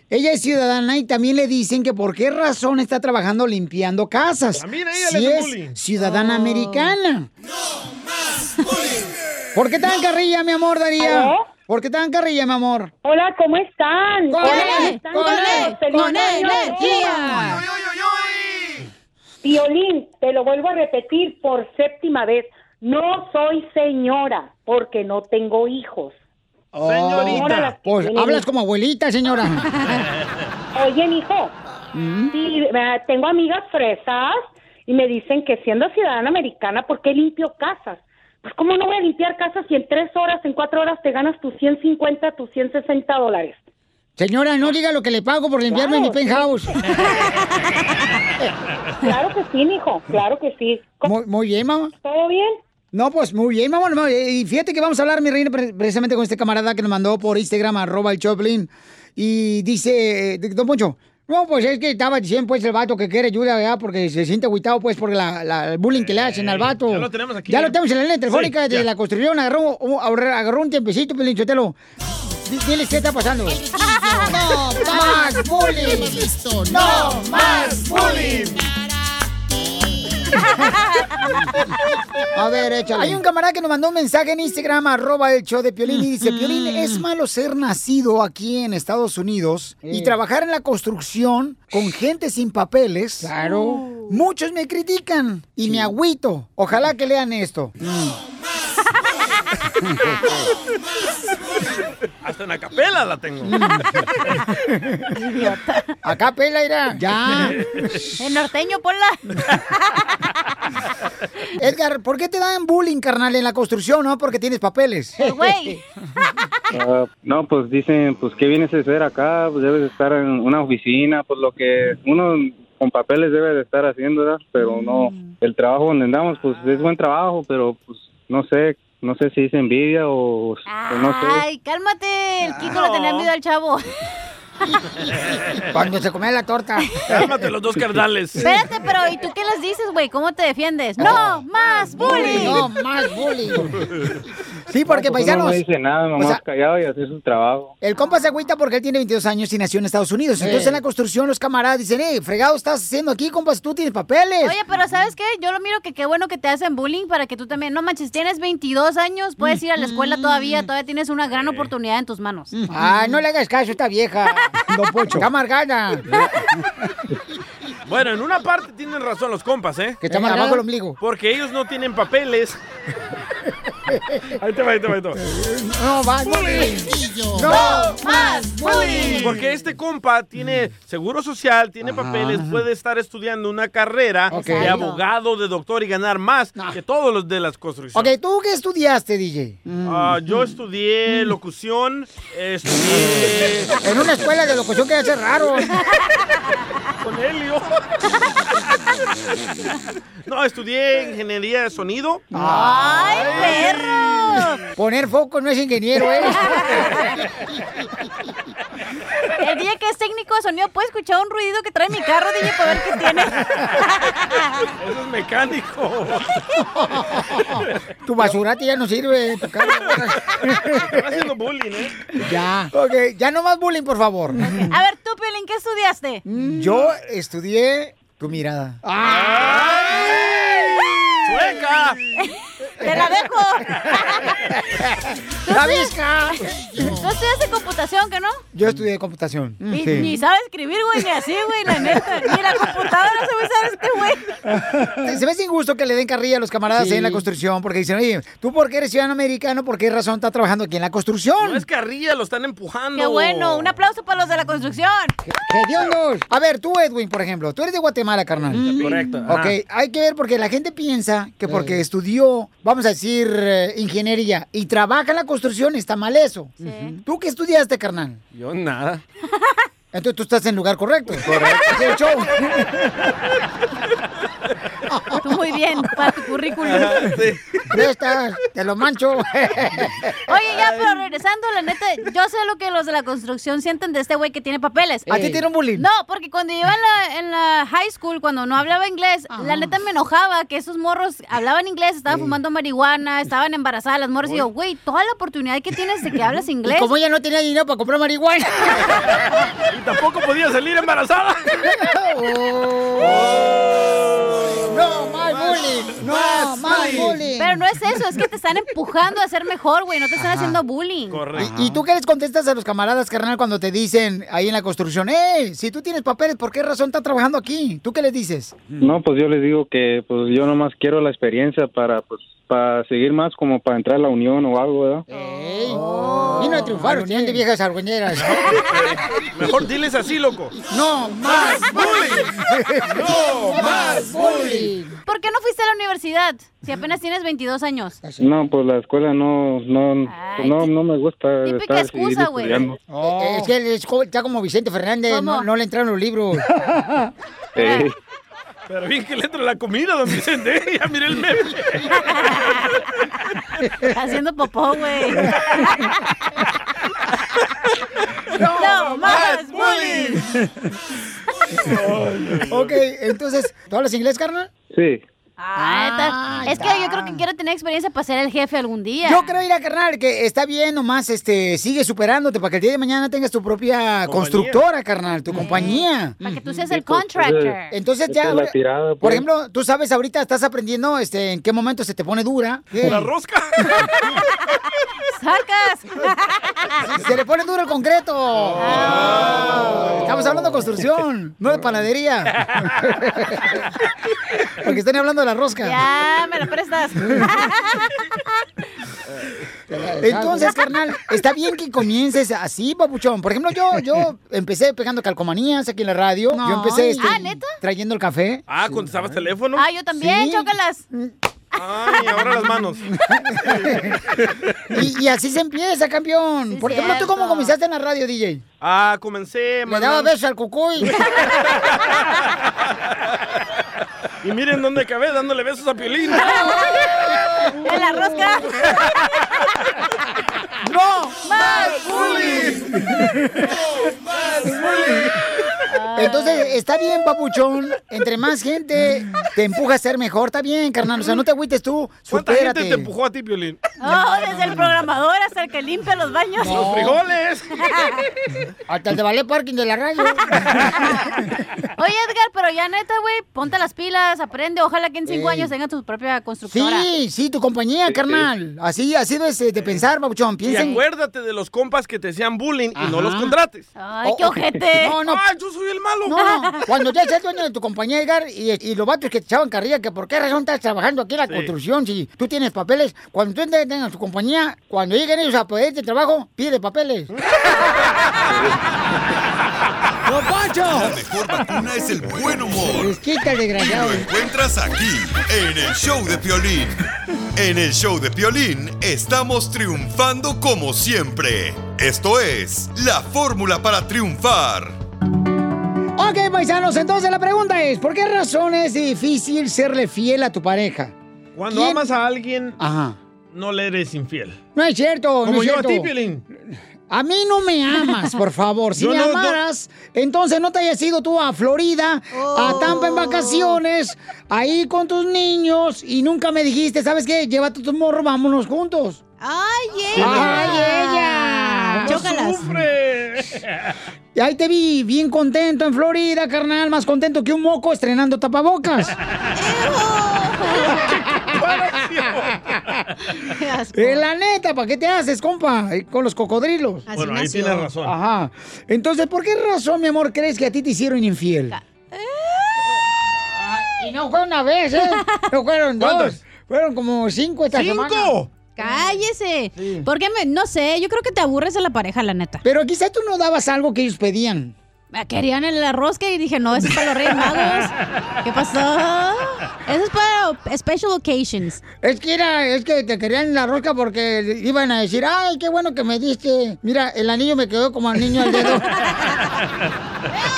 Speaker 3: Ella es ciudadana y también le dicen que por qué razón está trabajando limpiando casas.
Speaker 4: También a ella le
Speaker 3: si
Speaker 4: hacen
Speaker 3: es
Speaker 4: bullying.
Speaker 3: ciudadana americana. ¿Por qué tan carrilla, mi amor, Daría?
Speaker 19: ¿Aló?
Speaker 3: ¿Por qué tan carrilla, mi amor?
Speaker 19: Hola, ¿cómo están?
Speaker 3: Con
Speaker 19: Hola,
Speaker 3: él,
Speaker 19: ¿cómo están?
Speaker 3: con él,
Speaker 19: Feliz
Speaker 3: con
Speaker 19: año.
Speaker 3: energía.
Speaker 19: Piolín, te lo vuelvo a repetir por séptima vez. No soy señora porque no tengo hijos. Señora, las que
Speaker 3: Pues
Speaker 19: tienen
Speaker 3: hablas
Speaker 19: hijos.
Speaker 3: como abuelita, señora.
Speaker 19: Oye, mijo, sí, eh, tengo amigas fresas y me dicen que siendo ciudadana americana, ¿por qué limpio casas? Pues, ¿cómo no voy a limpiar casas si en tres horas, en cuatro horas te ganas tus 150, tus 160 dólares?
Speaker 3: Señora, no diga lo que le pago por limpiarme mi penthouse.
Speaker 19: Claro que sí, mijo, claro que sí.
Speaker 3: Muy, muy bien, mamá.
Speaker 19: ¿Todo bien?
Speaker 3: No, pues muy bien, mamá. no, eh, Y fíjate que vamos a hablar, mi reina, pre- precisamente con este camarada que nos mandó por Instagram, arroba el Choplin. Y dice, eh, don Poncho, no, pues es que estaba diciendo, pues, el vato que quiere ayuda, ¿verdad? Porque se siente agüitado, pues, por la, la- el bullying que le hacen al vato.
Speaker 4: Eh, ya lo tenemos aquí,
Speaker 3: Ya lo
Speaker 4: ¿eh?
Speaker 3: tenemos en la línea telefónica
Speaker 4: Sí,
Speaker 3: de
Speaker 4: ya.
Speaker 3: la construcción. Agarró, un- agarró un tiempecito, Pelín Chotelo. Di- Diles qué está pasando. ¡No más bullying! ¡No más bullying! A ver, échale. Hay un camarada que nos mandó un mensaje en Instagram, arroba el show de Piolín, y dice, Piolín, es malo ser nacido aquí en Estados Unidos y
Speaker 14: Eh.
Speaker 3: trabajar en la construcción con gente sin papeles. Claro. Muchos me critican y me agüito. Ojalá que lean esto.
Speaker 4: Hasta una capela la tengo.
Speaker 3: Acá pela irá. Ya.
Speaker 5: En ¿Eh? norteño, ponla.
Speaker 3: Edgar, ¿por qué te dan bullying, carnal, en la construcción, no? Porque tienes papeles.
Speaker 5: Güey.
Speaker 18: Ah, no, pues dicen, pues qué vienes a hacer acá, pues debes estar en una oficina, pues lo que uno con papeles debe de estar haciendo, ¿verdad? Pero no, el trabajo donde andamos, pues es buen trabajo, pero pues no sé, no sé si es envidia o, o no sé.
Speaker 5: Ay, cálmate. El Kiko le tenía miedo al chavo.
Speaker 3: Cuando se comía la torta.
Speaker 4: Cálmate los dos cardales.
Speaker 5: Espérate, pero ¿y tú qué les dices, güey? ¿Cómo te defiendes? ¡No más bullying!
Speaker 3: ¡No más bullying! Sí, porque
Speaker 18: No, pues, uno
Speaker 3: paisanos.
Speaker 18: no dice nada, nomás callado y hacer su trabajo.
Speaker 3: El compa se agüita porque él tiene 22 años y nació en Estados Unidos. Entonces
Speaker 18: Eh.
Speaker 3: en la construcción los camaradas dicen, hey, fregado estás haciendo aquí, compas, tú tienes papeles.
Speaker 5: Oye, pero ¿sabes qué? Yo lo miro que qué bueno que te hacen bullying para que tú también... No manches, tienes 22 años, puedes ir a la escuela todavía, todavía tienes una gran oportunidad en tus manos. mm.
Speaker 3: Ay, no le hagas caso a esta vieja. Don Pocho. Está amargada.
Speaker 4: Bueno, en una parte tienen razón los compas, ¿eh?
Speaker 3: Que está más abajo el ombligo.
Speaker 4: Porque ellos no tienen papeles. ahí te va, ahí te va, ahí te va.
Speaker 3: No más
Speaker 4: bullying.
Speaker 14: No más bullying.
Speaker 4: Porque este compa tiene seguro social, tiene papeles, puede estar estudiando una carrera de
Speaker 3: Exacto.
Speaker 4: abogado, de doctor y ganar más que todos los de las
Speaker 3: Ok,
Speaker 4: construcciones.
Speaker 3: ¿tú qué estudiaste, DJ?
Speaker 18: Mm.
Speaker 4: Ah, yo estudié locución, estudié...
Speaker 3: En una escuela de locución que hace raro.
Speaker 4: Con Helio. No, estudié ingeniería de sonido.
Speaker 3: ¡Ay, perro! Poner foco no es ingeniero, ¿eh?
Speaker 5: El día que es técnico de sonido, puede escuchar un ruido que trae mi carro, DJ, para ver qué tiene.
Speaker 4: Eso es mecánico.
Speaker 3: Tu basurate ya no sirve. Tu cara.
Speaker 4: Están haciendo bullying, ¿eh?
Speaker 3: ya. Ok, ya no más bullying, por favor.
Speaker 5: A ver, tú, Piolín, ¿qué estudiaste?
Speaker 3: Yo
Speaker 18: Ah,
Speaker 3: estudié tu mirada.
Speaker 4: ¡Sueca!
Speaker 5: ¡Te la dejo!
Speaker 3: ¡La
Speaker 5: ¿Tú estudias- ¿Tú estudiaste computación, que no?
Speaker 3: Yo estudié computación.
Speaker 4: Mm.
Speaker 5: Ni,
Speaker 3: Mm. Sí.
Speaker 5: ni sabe escribir, güey, ni así, güey, la neta. Ni la computadora se me sabe este güey.
Speaker 3: Se se me hace injusto que le den carrilla a los camaradas ahí en la construcción porque dicen, oye, ¿tú por qué eres ciudadano americano? ¿Por qué razón estás trabajando aquí en la construcción?
Speaker 4: Es carrilla, lo están empujando.
Speaker 5: Qué bueno, un aplauso para los de la construcción.
Speaker 3: ¡Hediondos! A ver, tú, Edwin, por ejemplo, tú eres de Guatemala, carnal.
Speaker 4: Mm. Correcto, ajá.
Speaker 3: Ok, hay que ver porque la gente piensa que porque estudió, vamos a decir, eh, ingeniería y trabaja en la construcción, está mal eso. ¿Tú qué estudiaste, carnal?
Speaker 20: Yo nada.
Speaker 3: Entonces tú estás en lugar correcto. Correcto. el show.
Speaker 5: Tú muy bien, para tu currículum.
Speaker 3: Ya está, te lo mancho.
Speaker 5: Oye, ya, pero regresando, la neta, yo sé lo que los de la construcción sienten de este güey que tiene papeles.
Speaker 3: ¿A ti te dieron bullying?
Speaker 5: No, porque cuando yo iba en la, en la high school, cuando no hablaba inglés, la neta me enojaba que esos morros hablaban inglés, estaban fumando marihuana, estaban embarazadas las morras. Y yo, güey, toda la oportunidad que tienes de que hablas inglés.
Speaker 3: Y como ella no tenía dinero para comprar marihuana.
Speaker 4: Y tampoco podía salir embarazada. Oh.
Speaker 3: No, my bullying. No, my bullying.
Speaker 5: Pero no es eso, es que te están empujando a ser mejor, güey, no te están
Speaker 3: Ajá.
Speaker 5: haciendo bullying.
Speaker 3: ¿Y, y tú qué les contestas a los camaradas, carnal, cuando te dicen ahí en la construcción, hey, si tú tienes papeles, ¿por qué razón estás trabajando aquí? ¿Tú qué les dices?
Speaker 18: No, pues yo les digo que pues yo nomás quiero la experiencia para pues para seguir más como para entrar a la unión o algo, ¿verdad?
Speaker 3: Vino a triunfar, unión de viejas argüeñeras.
Speaker 4: Mejor diles así, loco.
Speaker 3: No más bullying.
Speaker 4: No más bullying.
Speaker 5: ¿Por qué no fuiste a la universidad si apenas tienes 22 años?
Speaker 18: No, pues la escuela no no pues, no, no me gusta
Speaker 5: típica
Speaker 18: estar seguir
Speaker 5: excusa, güey.
Speaker 18: estudiando.
Speaker 3: Es que él es jo- está como Vicente Fernández, no, no le entraron los libros.
Speaker 18: Eh,
Speaker 4: Pero bien que le entra la comida, don Vicente. ¿eh? Ya miré el meme.
Speaker 5: Haciendo popó, güey. No, más bullying.
Speaker 3: ok, entonces, ¿tú hablas inglés, carnal?
Speaker 18: sí.
Speaker 5: Ah, está- es que yo creo que quiero tener experiencia para ser el jefe algún día.
Speaker 3: Yo creo ir a carnal, que está bien nomás, este, sigue superándote para que el día de mañana tengas tu propia constructora, carnal, tu compañía.
Speaker 5: Para que tú seas el contractor.
Speaker 3: Entonces ya, ahora- por ejemplo, tú sabes ahorita, estás aprendiendo este, en qué momento se te pone dura.
Speaker 4: La
Speaker 3: rosca.
Speaker 5: ¡Sacas!
Speaker 3: Se le pone duro el concreto.
Speaker 14: Oh.
Speaker 3: Estamos hablando de construcción, no de panadería. Porque están hablando de la rosca.
Speaker 5: Ya, me la prestas.
Speaker 3: Entonces, carnal, está bien que comiences así, papuchón. Por ejemplo, yo, yo empecé pegando calcomanías aquí en la radio.
Speaker 5: No.
Speaker 3: Yo empecé este,
Speaker 5: Ah, ¿neta?
Speaker 3: trayendo el café.
Speaker 4: Ah, contestabas teléfono.
Speaker 5: Ah, yo también, chócalas.
Speaker 4: Ay, ahora las manos.
Speaker 3: Y, y así se empieza, campeón. Por ejemplo, ¿tú cómo comenzaste en la radio, DJ?
Speaker 4: Ah, comencé.
Speaker 3: Le daba
Speaker 4: mandando-
Speaker 3: besos al cucuy.
Speaker 4: Y miren dónde acabé dándole besos a Piolín.
Speaker 5: ¡En la rosca!
Speaker 3: ¡No!
Speaker 5: ¡Más
Speaker 4: bullying!
Speaker 3: Entonces, está bien, papuchón. Entre más gente te empuja a ser mejor, está bien, carnal. O sea, no te agüites tú.
Speaker 4: ¿Cuánta
Speaker 3: Supérate.
Speaker 4: gente te empujó a ti, Piolín?
Speaker 5: Oh, desde el programador hasta el que limpia los baños.
Speaker 4: Los frijoles.
Speaker 3: Hasta el de Ballet Parking de la radio.
Speaker 5: Oye, Edgar, pero ya neta, güey, ponte las pilas, aprende. Ojalá que en cinco años tengas tu propia constructora.
Speaker 3: Sí, sí, tu compañía, carnal. Así, así debes eh, de pensar, papuchón.
Speaker 4: Y
Speaker 3: Piensa en-
Speaker 4: acuérdate de los compas que te hacían bullying y no
Speaker 3: Ajá.
Speaker 4: los contrates.
Speaker 5: Ay,
Speaker 3: qué ojete. Oh, No, no.
Speaker 4: Ay, yo soy el malo.
Speaker 3: No, no. Cuando ya seas dueño de tu compañía, Edgar, y, y los vatos que te echaban carrilla, que por qué razón estás trabajando aquí en la
Speaker 4: Sí.
Speaker 3: construcción si tú tienes papeles. Cuando tú te- tengas tu compañía, cuando lleguen ellos a pedirte trabajo, pide papeles. ¡Don
Speaker 1: La mejor vacuna es el buen humor.
Speaker 3: Les quita el
Speaker 1: Y
Speaker 3: desgraciado.
Speaker 1: lo encuentras aquí, en el show de Piolín. En el show de Piolín estamos triunfando como siempre. Esto es la fórmula para triunfar.
Speaker 3: Ok, paisanos, entonces la pregunta es, ¿por qué razón es difícil serle fiel a tu pareja?
Speaker 4: Cuando
Speaker 3: ¿Quién?
Speaker 4: amas a alguien,
Speaker 3: Oh, Ajá.
Speaker 4: no le eres infiel.
Speaker 3: No es cierto, no
Speaker 4: Como
Speaker 3: es
Speaker 4: yo a
Speaker 3: cierto.
Speaker 4: ti, Piolín.
Speaker 3: A mí no me amas, por favor. Si
Speaker 4: Yo
Speaker 3: me
Speaker 4: no- no-
Speaker 3: amaras, entonces no te hayas ido tú a Florida,
Speaker 4: Oh.
Speaker 3: a Tampa en vacaciones, ahí con tus niños y nunca me dijiste, ¿sabes qué? Llévate tu morro, vámonos juntos.
Speaker 5: ¡Ay,
Speaker 3: ella! ¡Ay, ella! Chócalas. Y ahí te vi bien contento en Florida, carnal, más contento que un moco estrenando tapabocas. Eh, la neta, ¿para qué te haces, compa? Eh, Con los cocodrilos.
Speaker 4: Así Bueno, ahí nació. tienes razón.
Speaker 3: Ajá. Entonces, ¿por qué razón, mi amor, crees que a ti te hicieron infiel? Y no fue una vez, ¿eh? No fueron dos.
Speaker 5: ¿Cuántas?
Speaker 3: Fueron como cinco esta semana.
Speaker 5: ¡Cállese! ¿Por qué me.? No sé, yo creo que te aburres de la pareja, la neta.
Speaker 3: Pero quizá tú no dabas algo que ellos pedían.
Speaker 5: Querían el arroz que dije, no, eso es para los Reyes Magos. ¿Qué pasó? Ah, Eso es para special occasions.
Speaker 3: Es que era, es que te querían en la roca porque iban a decir, ay, qué bueno que me diste. Mira, el anillo me quedó como al niño al dedo.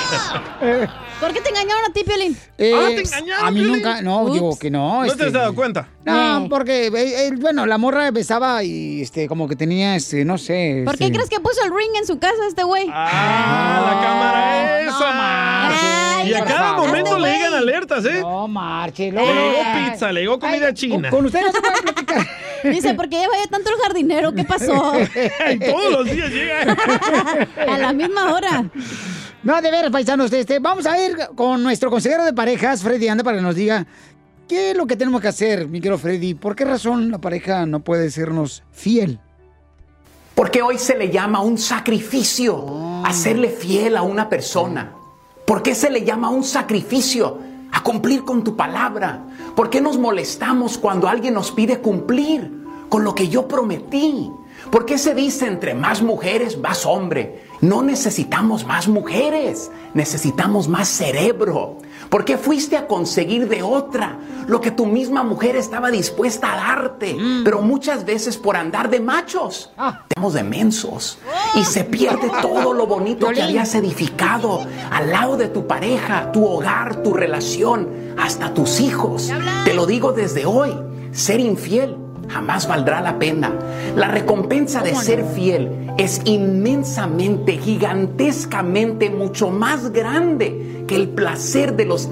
Speaker 5: ¿Por qué te engañaron a ti, Piolín?
Speaker 3: Eh,
Speaker 4: Ah,
Speaker 3: A mí nunca, no, digo que no.
Speaker 4: ¿No te has dado
Speaker 3: cuenta? No, porque, eh, eh, bueno, la morra besaba y, este, como que tenía, este, no sé.
Speaker 5: ¿Por qué
Speaker 3: este-
Speaker 5: crees que puso el ring en su casa este güey?
Speaker 4: ¡Ah, la cámara esa! y a
Speaker 3: por
Speaker 4: cada
Speaker 3: favor.
Speaker 4: momento le
Speaker 3: Este Güey.
Speaker 4: llegan alertas, ¿eh?
Speaker 3: No marche,
Speaker 4: Le
Speaker 3: luego,
Speaker 4: llegó
Speaker 3: luego-
Speaker 4: pizza, le llegó comida china.
Speaker 3: Con usted no se puede platicar.
Speaker 5: Dice, ¿por qué vaya tanto el jardinero? ¿Qué pasó?
Speaker 3: Y todos los días
Speaker 4: llega.
Speaker 5: A la misma hora.
Speaker 3: No, de veras, paisanos. Este, vamos a ir con nuestro consejero de parejas, Freddy Anda, para que nos diga qué es lo que tenemos que hacer, mi querido Freddy. ¿Por qué razón la pareja no puede sernos fiel?
Speaker 20: Porque hoy se le llama un sacrificio, hacerle fiel a una persona. ¿Por qué se le llama un sacrificio? A cumplir con tu palabra. ¿Por qué nos molestamos cuando alguien nos pide cumplir con lo que yo prometí? ¿Por qué se dice entre más mujeres, más hombre? No necesitamos más mujeres, necesitamos más cerebro. ¿Por qué fuiste a conseguir de otra lo que tu misma mujer estaba dispuesta a darte? Pero muchas veces por andar de machos, estamos de mensos y se pierde todo lo bonito que habías edificado al lado de tu pareja, tu hogar, tu relación, hasta tus hijos. Te lo digo desde hoy, ser infiel jamás valdrá la pena. La recompensa de ser fiel es inmensamente, gigantescamente, mucho más grande que el placer de los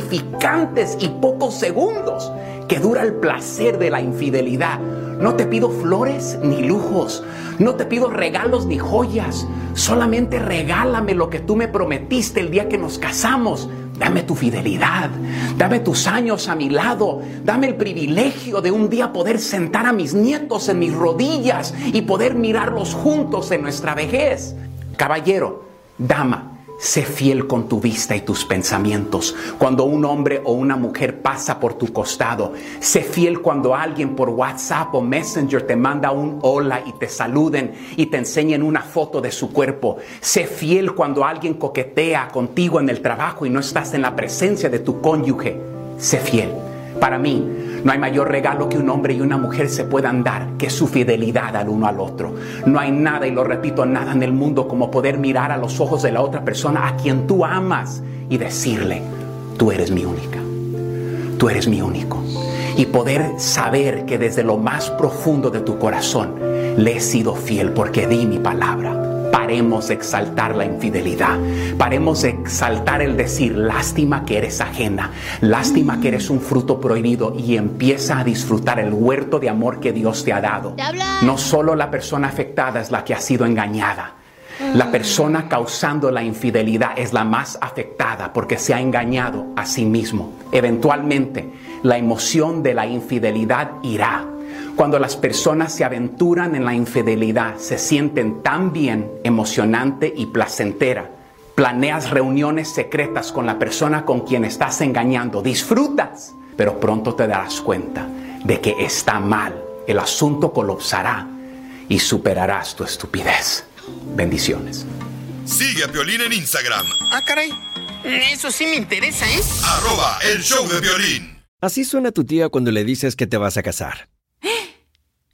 Speaker 20: insignificantes y pocos segundos que dura el placer de la infidelidad. No te pido flores ni lujos, no te pido regalos ni joyas, solamente regálame lo que tú me prometiste el día que nos casamos. Dame tu fidelidad, dame tus años a mi lado, dame el privilegio de un día poder sentar a mis nietos en mis rodillas y poder mirarlos juntos en nuestra vejez. Caballero, dama, sé fiel con tu vista y tus pensamientos. Cuando un hombre o una mujer pasa por tu costado, sé fiel cuando alguien por WhatsApp o Messenger te manda un hola y te saluden y te enseñen una foto de su cuerpo. Sé fiel cuando alguien coquetea contigo en el trabajo y no estás en la presencia de tu cónyuge. Sé fiel. Para mí, no hay mayor regalo que un hombre y una mujer se puedan dar que su fidelidad al uno al otro. No hay nada, y lo repito, nada en el mundo como poder mirar a los ojos de la otra persona a quien tú amas y decirle, tú eres mi única, tú eres mi único. Y poder saber que desde lo más profundo de tu corazón le he sido fiel porque di mi palabra. Paremos de exaltar la infidelidad. Paremos de exaltar el decir, lástima que eres ajena, lástima que eres un fruto prohibido y empieza a disfrutar el huerto de amor que Dios te ha dado. No solo la persona afectada es la que ha sido engañada. La persona causando la infidelidad es la más afectada porque se ha engañado a sí mismo. Eventualmente, la emoción de la infidelidad irá. Cuando las personas se aventuran en la infidelidad, se sienten tan bien, emocionante y placentera. Planeas reuniones secretas con la persona con quien estás engañando, disfrutas, pero pronto te darás cuenta de que está mal. El asunto colapsará y superarás tu estupidez. Bendiciones.
Speaker 1: Sigue a Piolín en Instagram,
Speaker 14: Ah, caray. Eso sí me interesa, ¿eh?
Speaker 1: arroba el show de Piolín.
Speaker 21: Así suena tu tía cuando le dices que te vas a casar.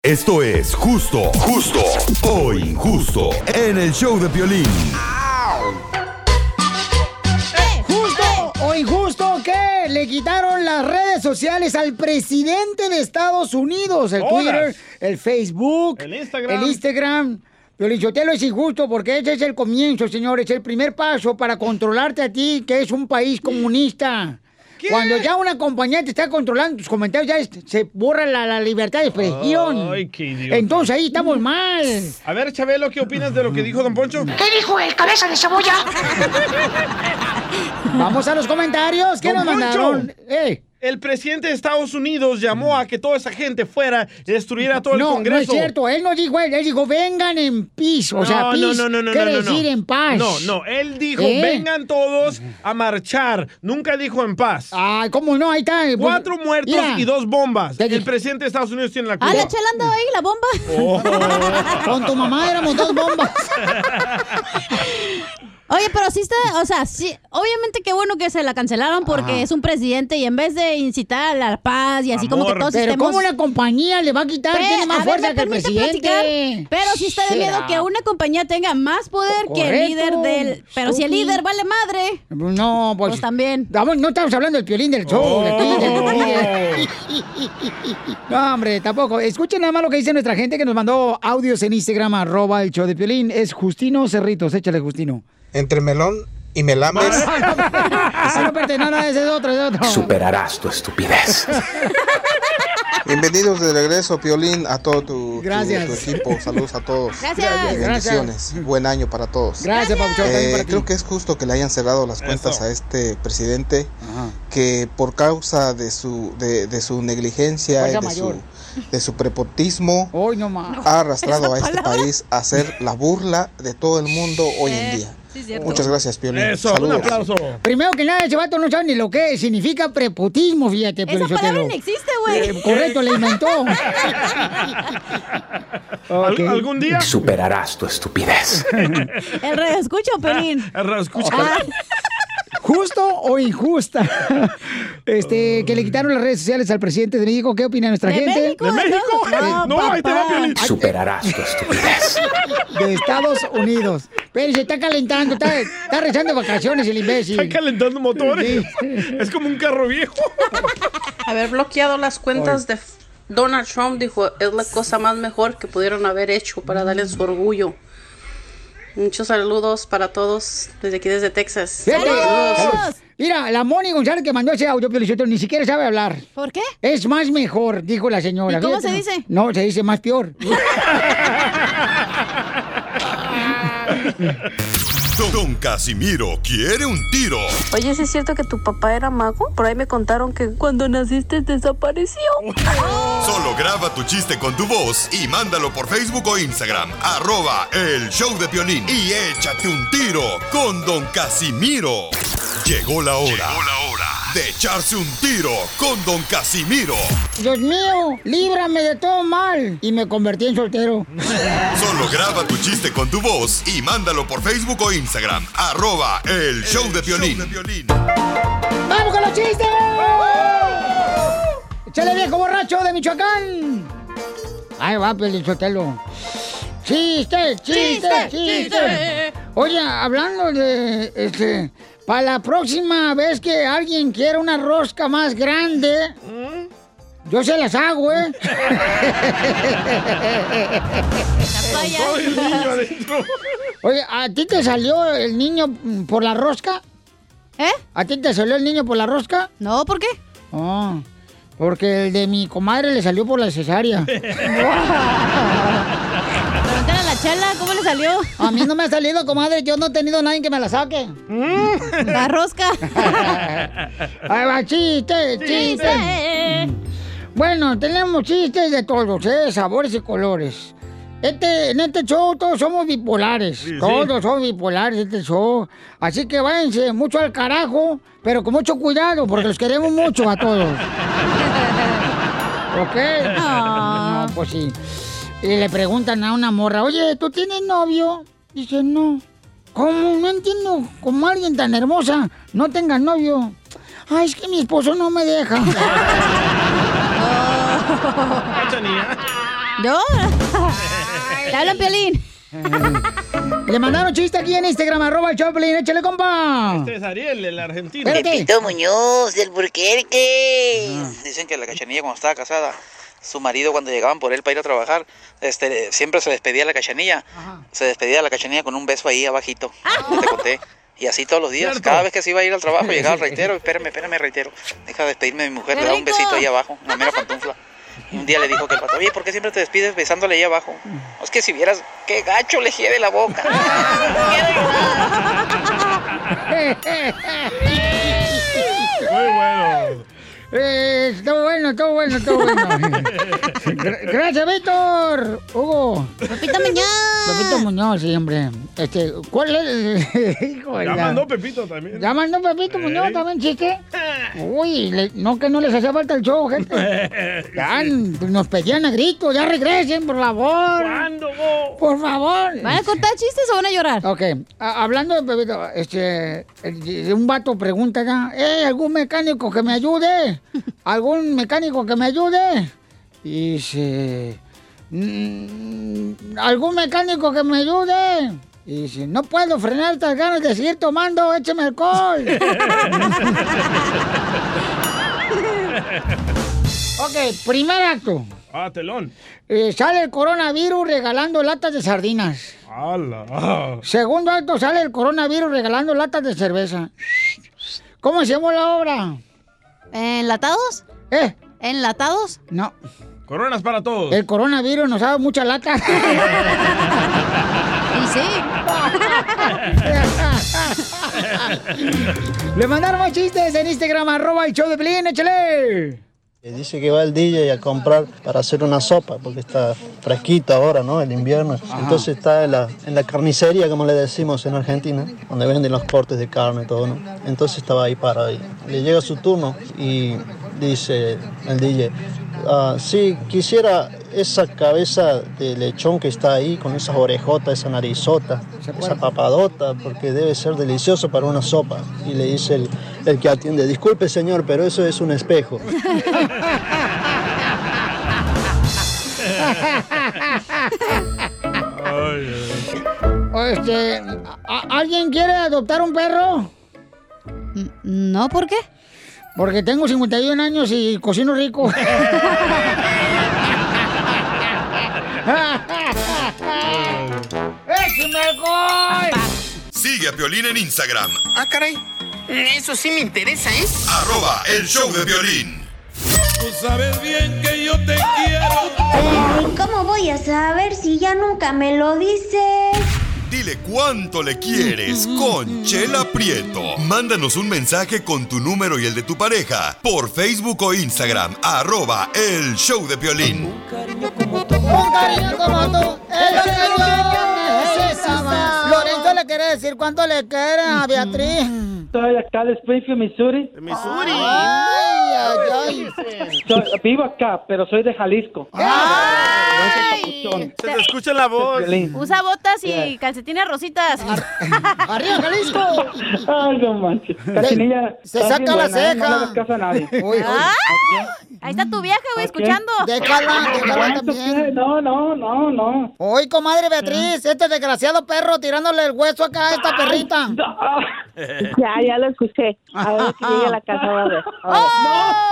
Speaker 1: Esto es justo, justo o injusto en el show de Piolín.
Speaker 3: ¿Justo o injusto que le quitaron las redes sociales al presidente de Estados Unidos? El
Speaker 4: Todas.
Speaker 3: Twitter, el Facebook,
Speaker 4: El Instagram.
Speaker 3: El Instagram. Piolichotelo es injusto porque ese es el comienzo, señores, el primer paso para controlarte a ti, que es un país comunista. Cuando ya una compañía te está controlando tus comentarios, ya es- se borra la, la libertad de expresión.
Speaker 4: Ay, qué idiota.
Speaker 3: Entonces ahí estamos mal.
Speaker 4: A ver, Chabelo, ¿qué opinas de lo que dijo Don Poncho?
Speaker 3: ¿Qué dijo el cabeza de cebolla? Vamos a los comentarios. ¿Qué
Speaker 4: Don
Speaker 3: nos
Speaker 4: Poncho,
Speaker 3: mandaron? Eh.
Speaker 4: El presidente de Estados Unidos llamó a que toda esa gente fuera y destruyera todo el
Speaker 3: No, no
Speaker 4: Congreso.
Speaker 3: es cierto. Él no dijo él. Él dijo, vengan en paz. O sea,
Speaker 4: no,
Speaker 3: peace
Speaker 4: no, no, no, no,
Speaker 3: quiere
Speaker 4: no, no.
Speaker 3: decir en paz.
Speaker 4: No, no, él dijo,
Speaker 3: ¿Eh?
Speaker 4: vengan todos a marchar. Nunca dijo en paz.
Speaker 3: Ay, ¿cómo no? Ahí está. pues,
Speaker 4: Cuatro muertos
Speaker 5: mira.
Speaker 4: y dos bombas. El presidente de Estados Unidos tiene la
Speaker 5: Ah, la
Speaker 4: culpa.
Speaker 5: chela andaba ahí, la bomba.
Speaker 4: Oh.
Speaker 3: Con tu mamá éramos dos bombas.
Speaker 5: Oye, pero sí está, o sea, sí, obviamente qué bueno que se la cancelaron porque
Speaker 3: Ajá.
Speaker 5: es un presidente y en vez de incitar a la paz y así como que todos
Speaker 3: Pero
Speaker 5: estemos...
Speaker 3: ¿cómo una compañía le va a quitar?
Speaker 5: Pe-
Speaker 3: Tiene
Speaker 5: a
Speaker 3: más
Speaker 5: ver,
Speaker 3: fuerza
Speaker 5: ¿me
Speaker 3: que el
Speaker 5: permite
Speaker 3: presidente.
Speaker 5: platicar? Pero sí está de miedo
Speaker 3: Será.
Speaker 5: que una compañía tenga más poder que el líder
Speaker 3: Correcto.
Speaker 5: del... Pero si el
Speaker 3: Suki.
Speaker 5: líder vale madre.
Speaker 3: No, pues.
Speaker 5: Pues también.
Speaker 3: no estamos hablando del piolín del show.
Speaker 5: Oh.
Speaker 3: de ti, de tu vida. No, hombre, tampoco. Escuchen nada más lo que dice nuestra gente que nos mandó audios en Instagram, arroba el show de piolín. Es Justino Cerritos. Échale, Justino.
Speaker 22: Entre melón y melames
Speaker 3: Ah, no, espérate, no, no, ese es otro, ese es otro.
Speaker 22: superarás tu estupidez. Bienvenidos de regreso, Piolín, a todo tu, tu-
Speaker 3: Gracias.
Speaker 22: tu equipo. Saludos a todos.
Speaker 3: Gracias.
Speaker 22: Bendiciones. Buen año para todos.
Speaker 3: Gracias, Papuchón, también
Speaker 22: Eh,
Speaker 3: para ti.
Speaker 22: creo que es justo que le hayan cerrado las cuentas a este presidente que por causa de su, de, de su negligencia y
Speaker 3: Oiga,
Speaker 22: de su,
Speaker 3: mayor.
Speaker 22: de su prepotismo
Speaker 3: Hoy no más.
Speaker 22: ha arrastrado a este país a ser la burla de todo el mundo hoy
Speaker 3: Eh,
Speaker 22: en día. Muchas gracias, Piolín.
Speaker 4: Eso, un
Speaker 22: Saludos.
Speaker 4: aplauso.
Speaker 3: Primero que nada, ese vato no sabe ni lo que significa prepotismo, fíjate.
Speaker 5: Esa
Speaker 3: Piolín
Speaker 5: palabra
Speaker 3: Sotelo.
Speaker 5: no existe, güey.
Speaker 3: Eh, correcto, le inventó.
Speaker 4: Al- ¿Algún día?
Speaker 22: Superarás tu estupidez.
Speaker 5: El radio escucha, Pelín. Ah.
Speaker 4: El radio escucha.
Speaker 3: ¿Justo o injusta? Este, que le quitaron las redes sociales al presidente de México. ¿Qué opina nuestra
Speaker 4: ¿De
Speaker 3: gente? Eh,
Speaker 4: México? ¿De México? No, No, ahí te va, papá. Piolín.
Speaker 22: Superarás tu estupidez.
Speaker 3: De Estados Unidos. Pero se está calentando, está, está rezando vacaciones el imbécil. Está
Speaker 4: calentando motores. Es como un carro viejo.
Speaker 23: Haber bloqueado las cuentas de F- Donald Trump, dijo, es la cosa más mejor que pudieron haber hecho para darle su orgullo. Muchos saludos para todos desde aquí, desde Texas. Saludos.
Speaker 3: Mira, la Moni González que mandó ese audio, Pio Lizotero, ni siquiera sabe hablar.
Speaker 5: ¿Por qué?
Speaker 3: Es más mejor, dijo la señora.
Speaker 5: ¿Y cómo se
Speaker 3: no.
Speaker 5: dice?
Speaker 3: No, se dice más peor.
Speaker 1: Don- Don Casimiro quiere un tiro
Speaker 8: Oye, ¿sí es cierto que tu papá era mago? Por ahí me contaron que cuando naciste desapareció.
Speaker 1: Solo graba tu chiste con tu voz y mándalo por Facebook o Instagram, arroba el show de Piolín. Y échate un tiro con Don Casimiro. Llegó la hora, de echarse un tiro con Don Casimiro.
Speaker 3: Dios mío, líbrame de todo mal. Y me convertí en soltero.
Speaker 1: Solo graba tu chiste con tu voz y mándalo por Facebook o Instagram, arroba el show de Piolín.
Speaker 3: ¡Vamos con los chistes! ¡Échale viejo borracho de Michoacán! Ahí va, Pelichotelo. ¡Chiste, chiste,
Speaker 23: Chiste,
Speaker 3: chiste!
Speaker 23: chiste.
Speaker 3: Oye, hablando de, este, para la próxima vez que alguien quiera una rosca más grande, yo se las hago, ¿eh?
Speaker 23: Todo el niño
Speaker 3: Oye, ¿a ti te salió el niño mm, por la rosca? ¿Eh? ¿A ti te salió el niño por la rosca?
Speaker 5: No, ¿por qué?
Speaker 3: Oh. Porque el de mi comadre le salió por la cesárea.
Speaker 5: Pregúntale a la chela, ¿cómo le salió?
Speaker 3: A mí no me ha salido, comadre. Yo no he tenido nadie que me la saque.
Speaker 5: Mm. La rosca.
Speaker 3: Ahí va, chiste, chiste. Bueno, tenemos chistes de todos, ¿eh? Sabores y colores. Este, en este show todos somos bipolares.
Speaker 2: sí.
Speaker 3: Todos somos bipolares en este show. Así que váyanse mucho al carajo, pero con mucho cuidado, porque los queremos mucho a todos. ¿Ok?
Speaker 2: Ah.
Speaker 3: No, pues sí. Y le preguntan a una morra, oye, ¿tú tienes novio? Dice, no. ¿Cómo? No entiendo cómo alguien tan hermosa no tenga novio. Ay, es que mi esposo no me deja.
Speaker 5: ¿Yo? ¿Te hablan, Piolín?
Speaker 3: Le mandaron chiste aquí en Instagram, arroba el Choplin, échale compa.
Speaker 4: Este es Ariel, el argentino.
Speaker 6: Pepito Muñoz, del Burquerque. Dicen que la cachanilla cuando estaba casada, su marido cuando llegaban por él para ir a trabajar, este, siempre se despedía la cachanilla. Se despedía la cachanilla con un beso ahí abajito. No te conté. Y así todos los días, cada vez que se iba a ir al trabajo, llegaba el reitero, espérame, espérame, reitero. Deja de despedirme de mi mujer,
Speaker 2: ¡Qué
Speaker 6: le da un
Speaker 2: rico!
Speaker 6: besito ahí abajo, en la mera pantufla. Y un día le dijo que el patrón, oye, ¿por qué siempre te despides besándole ahí abajo? "No, Es que si vieras qué gacho le hiede la boca.
Speaker 3: Muy bueno. Eh, todo bueno, todo bueno, todo bueno. Gra- gracias, Víctor. Hugo. Pepito Muñoz. Pepito Muñoz, sí, hombre. Este, ¿cuál es? Hijo de
Speaker 4: Ya
Speaker 3: la-
Speaker 4: mandó Pepito también.
Speaker 3: ¿Ya mandó Pepito Muñoz
Speaker 4: Ey.
Speaker 3: también, chiste? Uy, le- no que no les hacía falta el show, gente. Ya, nos pedían a gritos, ya regresen, por favor.
Speaker 4: ¿Cuándo,
Speaker 3: Por favor.
Speaker 5: ¿Van a contar chistes o van a llorar?
Speaker 3: Ok, a- hablando de Pepito, este, el- un vato pregunta acá, "Eh, algún mecánico que me ayude, algún mecánico que me ayude. Y dice, "Mm, algún mecánico que me ayude. Y dice, no puedo frenar estas ganas de seguir tomando, écheme alcohol. ok, primer acto.
Speaker 4: Ah, telón.
Speaker 3: Eh, sale el coronavirus regalando latas de sardinas.
Speaker 4: ¡Hala! ah.
Speaker 3: Segundo acto sale el coronavirus regalando latas de cerveza. ¿Cómo se llamó la obra?
Speaker 5: ¿Enlatados?
Speaker 3: ¿Eh?
Speaker 5: ¿Enlatados?
Speaker 3: No.
Speaker 4: Coronas para todos.
Speaker 3: El coronavirus nos ha dado mucha lata.
Speaker 5: Y sí.
Speaker 3: Le mandaron más chistes en Instagram, arroba el show de Pelín, échale.
Speaker 12: Eh, Dice que va el DJ a comprar para hacer una sopa, porque está fresquito ahora, ¿no? El invierno. Entonces está en la, en la carnicería, como le decimos en Argentina, donde venden los cortes de carne y todo, ¿no? Entonces estaba ahí parado. ahí. Le llega su turno y dice el DJ, "Ah, sí, quisiera esa cabeza de lechón que está ahí, con esas orejotas, esa narizota, esa papadota, porque debe ser delicioso para una sopa. Y le dice el, el que atiende, disculpe señor, pero eso es un espejo.
Speaker 14: Ah,
Speaker 3: O Este, ¿a- a- ¿Alguien quiere adoptar un perro? Mm, No, ¿por qué? Porque tengo 51 años y cocino rico. ¡Écheme alcohol!
Speaker 1: Sigue a Piolín en Instagram,
Speaker 14: Ah, caray. Eso sí me interesa, ¿eh?
Speaker 1: arroba el show de violín.
Speaker 9: Tú sabes bien que yo te quiero.
Speaker 10: Pero, ¿y ¿Cómo voy a saber si ya nunca me lo dices?
Speaker 1: Dile cuánto le quieres con Chela Prieto. Mándanos un mensaje con tu número y el de tu pareja por Facebook o Instagram, arroba el show de violín.
Speaker 3: Un cariño como tú, es lo que yo necesitaba. Lorenzo le quiere decir cuánto le quiere a Beatriz.
Speaker 13: Soy acá de Springfield, Missouri.
Speaker 3: Missouri. Ay, ay, ay.
Speaker 13: Soy- vivo acá, pero soy de Jalisco.
Speaker 4: Se te escucha la voz.
Speaker 5: Usa botas y
Speaker 13: Yeah.
Speaker 5: calcetines rositas.
Speaker 3: ¡Arriba, Jalisco!
Speaker 13: Ay, no manches. Cachanilla,
Speaker 5: se
Speaker 13: estás
Speaker 5: saca
Speaker 13: bien
Speaker 5: la
Speaker 13: buena, ¿eh?
Speaker 5: ceja.
Speaker 13: No le hagas caso a nadie.
Speaker 5: Ah, Ahí está tu vieja, güey,
Speaker 13: ¿A quién?
Speaker 5: escuchando.
Speaker 3: Déjala, déjala también. No, no, no, no. Hoy, comadre Beatriz, este desgraciado perro tirándole el hueso acá a esta perrita.
Speaker 13: Ya, ya
Speaker 3: lo escuché.
Speaker 13: A ver si llega a la casa, va a ver. A ver.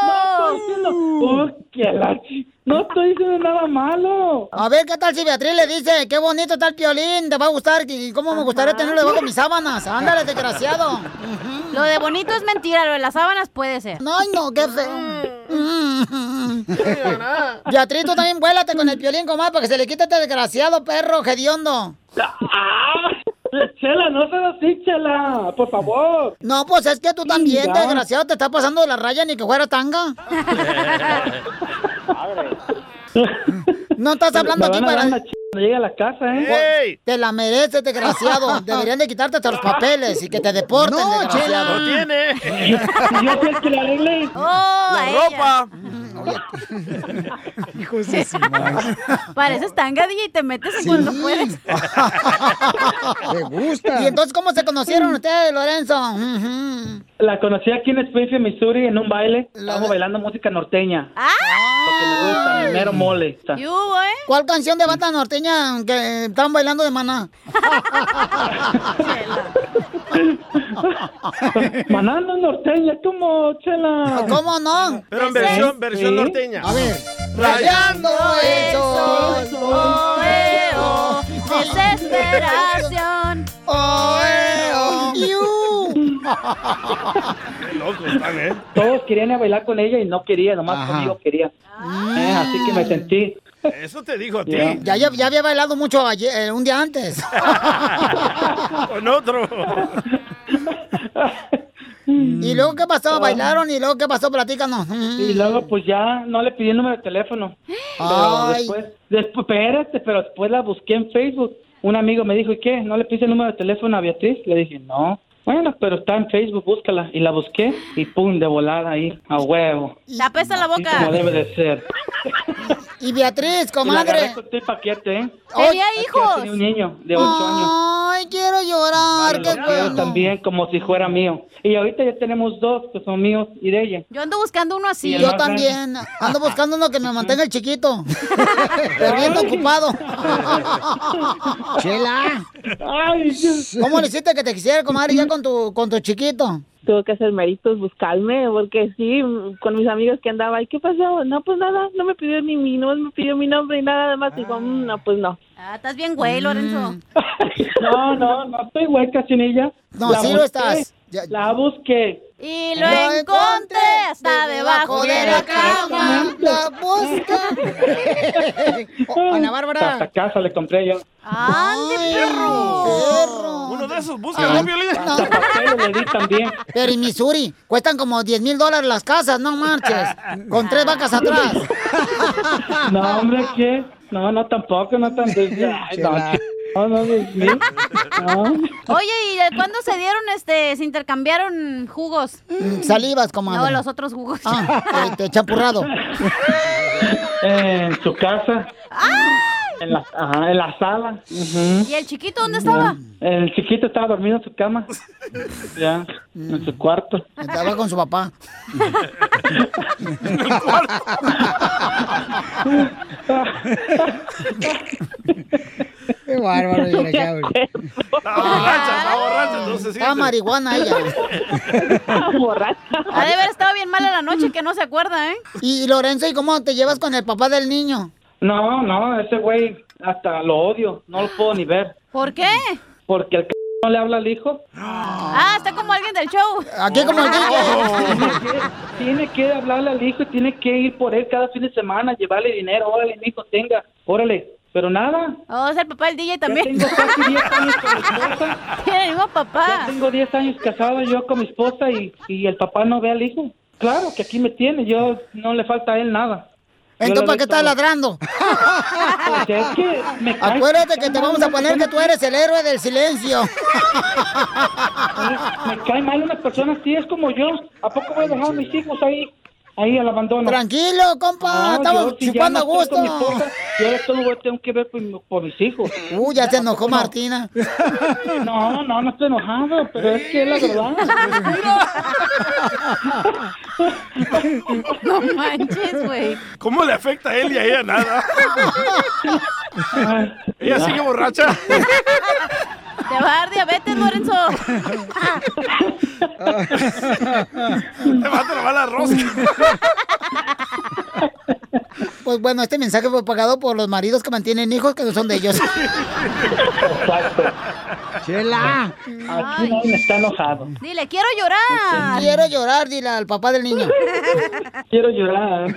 Speaker 3: No, no
Speaker 13: Oh, que la ch- No estoy diciendo nada malo.
Speaker 3: A ver, ¿qué tal si Beatriz le dice, qué bonito está el piolín, te va a gustar, y cómo me gustaría tenerlo debajo de mis sábanas? Ándale, desgraciado.
Speaker 5: Lo de bonito es mentira, lo de las sábanas puede ser. Mm.
Speaker 3: No, no, qué feo. Mm. Beatriz, tú también vuélate con el piolín, comadre, para que se le quite este desgraciado perro hediondo.
Speaker 13: Ah, Chela, no seas así, Chela, por favor.
Speaker 3: No, pues es que tú también,
Speaker 13: ya.
Speaker 3: desgraciado, te está pasando de la raya ni que fuera tanga. No estás hablando
Speaker 13: Me
Speaker 3: aquí
Speaker 13: van a
Speaker 3: para...
Speaker 13: dar una ch- cuando llegue a la casa, ¿eh?
Speaker 3: Pues, Te la mereces, desgraciado. Deberían de quitarte hasta los papeles y que te deporten,
Speaker 13: No,
Speaker 3: desgraciado.
Speaker 13: Chela. No tiene. Yo soy el que le arregle
Speaker 5: Oh,
Speaker 13: la
Speaker 5: a
Speaker 13: ropa.
Speaker 3: Hijo
Speaker 5: de su madre. Pareces tanga DJ y te metes en cuando puedes.
Speaker 3: Te gusta. ¿Y entonces cómo se conocieron ustedes, Lorenzo? Ujú.
Speaker 13: La conocí aquí en Springfield, Missouri, en un baile. Estábamos bailando música norteña. Me gusta, el mero mole.
Speaker 3: Ah. ¿Cuál canción de banda norteña que están bailando de maná?
Speaker 13: Manando norteña, ¿cómo, Chela?
Speaker 3: ¿Cómo no?
Speaker 4: Pero en versión, versión norteña.
Speaker 3: A ver. Rayando el sol,
Speaker 5: oe, oh, desesperación,
Speaker 3: oe, oh. ¡Iu!
Speaker 13: Qué locos están, ¿eh? Todos querían ir a bailar con ella y no quería, nomás conmigo quería.
Speaker 3: Ah.
Speaker 13: Eh, así que me sentí.
Speaker 4: Eso te dijo a ti.
Speaker 3: Ya,
Speaker 13: Ya.
Speaker 3: ya, ya había bailado mucho ayer, eh, un día antes.
Speaker 4: Con otro.
Speaker 3: ¿Y luego qué pasó? ¿Bailaron? ¿Y luego qué pasó? Platícanos. Mm.
Speaker 13: Y luego, pues ya no le pedí el número de teléfono. Pero
Speaker 3: Ay.
Speaker 13: después, después, espérate, pero después la busqué en Facebook. Un amigo me dijo, ¿y qué? ¿No le pediste el número de teléfono a Beatriz? Le dije, no. Bueno, pero está en Facebook, búscala. Y la busqué y pum, de volada ahí, a huevo.
Speaker 5: la pesa la boca.
Speaker 13: Como debe de ser.
Speaker 3: Y Beatriz,
Speaker 13: Y la agarré
Speaker 3: Ah. comadre.
Speaker 13: con todo el paquete, ¿eh?
Speaker 3: Tenía
Speaker 13: hijos. Tenía un niño de 8
Speaker 3: Ah.
Speaker 13: años.
Speaker 3: Ay, quiero llorar. qué
Speaker 13: Lo quiero
Speaker 3: bueno.
Speaker 13: también como si fuera mío. Y ahorita ya tenemos dos que son míos y de ella.
Speaker 5: Yo ando buscando uno así.
Speaker 13: Y el
Speaker 3: Yo
Speaker 13: más grande.
Speaker 3: también. Ando buscando uno que me mantenga el chiquito. Pero bien ocupado. Chela. ¿Cómo le hiciste que te quisiera, comadre, ya con tu, con tu chiquito?
Speaker 2: Tuve que hacer méritos, buscarme, porque sí, con mis amigos que andaba, ¿y qué pasó? No, pues nada, no me pidió ni mi, no me pidió mi nombre y nada, además digo, "Mm, no, pues no.
Speaker 5: Ah, estás bien
Speaker 3: Mm.
Speaker 5: güey, Lorenzo.
Speaker 13: No, no, no estoy hueca sin ella.
Speaker 5: No, sí lo estás.
Speaker 13: La busqué.
Speaker 5: Y lo encontré hasta debajo de la cama.
Speaker 3: La busca. Oh, Ana Bárbara.
Speaker 13: Hasta casa le compré yo.
Speaker 5: Ah.
Speaker 3: ¡Ande, perro! perro!
Speaker 4: Uno de esos, busca
Speaker 3: Ah,
Speaker 4: un violín.
Speaker 3: no.
Speaker 13: Pero le di también.
Speaker 3: Pero en Missouri cuestan como 10 mil dólares las casas, no marches. Con tres vacas atrás.
Speaker 13: No, hombre, ¿qué? No, no, tampoco, no tan... Ay, no,
Speaker 3: Chela.
Speaker 13: no, no, Dios mío. no.
Speaker 5: Oye, ¿y de cuándo se dieron, este, se intercambiaron jugos?
Speaker 3: Mm, Salivas, comadre.
Speaker 5: No, los otros jugos.
Speaker 3: Ah, te, te champurrado.
Speaker 13: En su casa. En la, ajá, en la sala. Ujú.
Speaker 5: ¿Y el chiquito dónde estaba?
Speaker 3: Mm.
Speaker 13: El chiquito estaba dormido en su cama. Ya, en su cuarto.
Speaker 3: Mm. Estaba con su papá. Qué bárbaro, desgraciado.
Speaker 4: Está borracha, entonces sí.
Speaker 3: Estaba marihuana ella.
Speaker 5: Ha de haber estado bien mala la noche que no se acuerda, ¿eh?
Speaker 3: Y Lorenzo, ¿y cómo te llevas con el papá del niño?
Speaker 13: No, no, ese güey hasta lo odio. No lo puedo ni ver.
Speaker 5: ¿Por qué?
Speaker 13: Porque el c no le habla al hijo.
Speaker 5: Ah, está como alguien del show. Ah.
Speaker 3: Aquí como el
Speaker 13: Tiene que- Ah. Tiene que hablarle al hijo y tiene que ir por él cada fin de semana, llevarle dinero. Órale, mi hijo, tenga. Órale. Pero nada.
Speaker 5: Oh, es el papá del DJ también.
Speaker 13: Ya tengo casi 10 años con mi esposa.
Speaker 5: Tiene el mismo
Speaker 13: Ya
Speaker 5: papá.
Speaker 13: tengo 10 años casado yo con mi esposa y, y el papá no ve al hijo. Claro que aquí me tiene, yo no le falta a él nada. Yo
Speaker 3: Entonces,
Speaker 13: le
Speaker 3: ¿para
Speaker 13: doy
Speaker 3: qué estás
Speaker 13: todo.
Speaker 3: ladrando?
Speaker 13: Pues es que me cae-
Speaker 3: Acuérdate que te vamos a poner que tú eres el héroe del silencio.
Speaker 13: Me cae mal una persona así, es como yo. ¿A poco voy a dejar a mis hijos ahí, ahí al abandono?
Speaker 3: Tranquilo, compa, estamos
Speaker 13: yo, si ya
Speaker 3: chupando
Speaker 13: no
Speaker 3: a
Speaker 13: estoy con mi
Speaker 3: gusto.
Speaker 13: esposa, Yo ahora todo lo tengo que ver por, mi- por mis hijos.
Speaker 3: Uy, ya se enojó Martina.
Speaker 13: No, no, no estoy enojado, pero es que es la verdad.
Speaker 5: No manches, güey.
Speaker 4: ¿Cómo le afecta a él y a ella nada? ella sigue borracha.
Speaker 5: Te va a dar diabetes, Lorenzo.
Speaker 4: Te va a trabar la rosca.
Speaker 3: Pues bueno, este mensaje fue pagado por los maridos que mantienen hijos que no son de ellos.
Speaker 13: Exacto.
Speaker 3: Chela.
Speaker 13: Aquí nadie está enojado.
Speaker 5: Dile, quiero llorar.
Speaker 3: Quiero llorar, dile al papá del niño.
Speaker 13: Quiero llorar.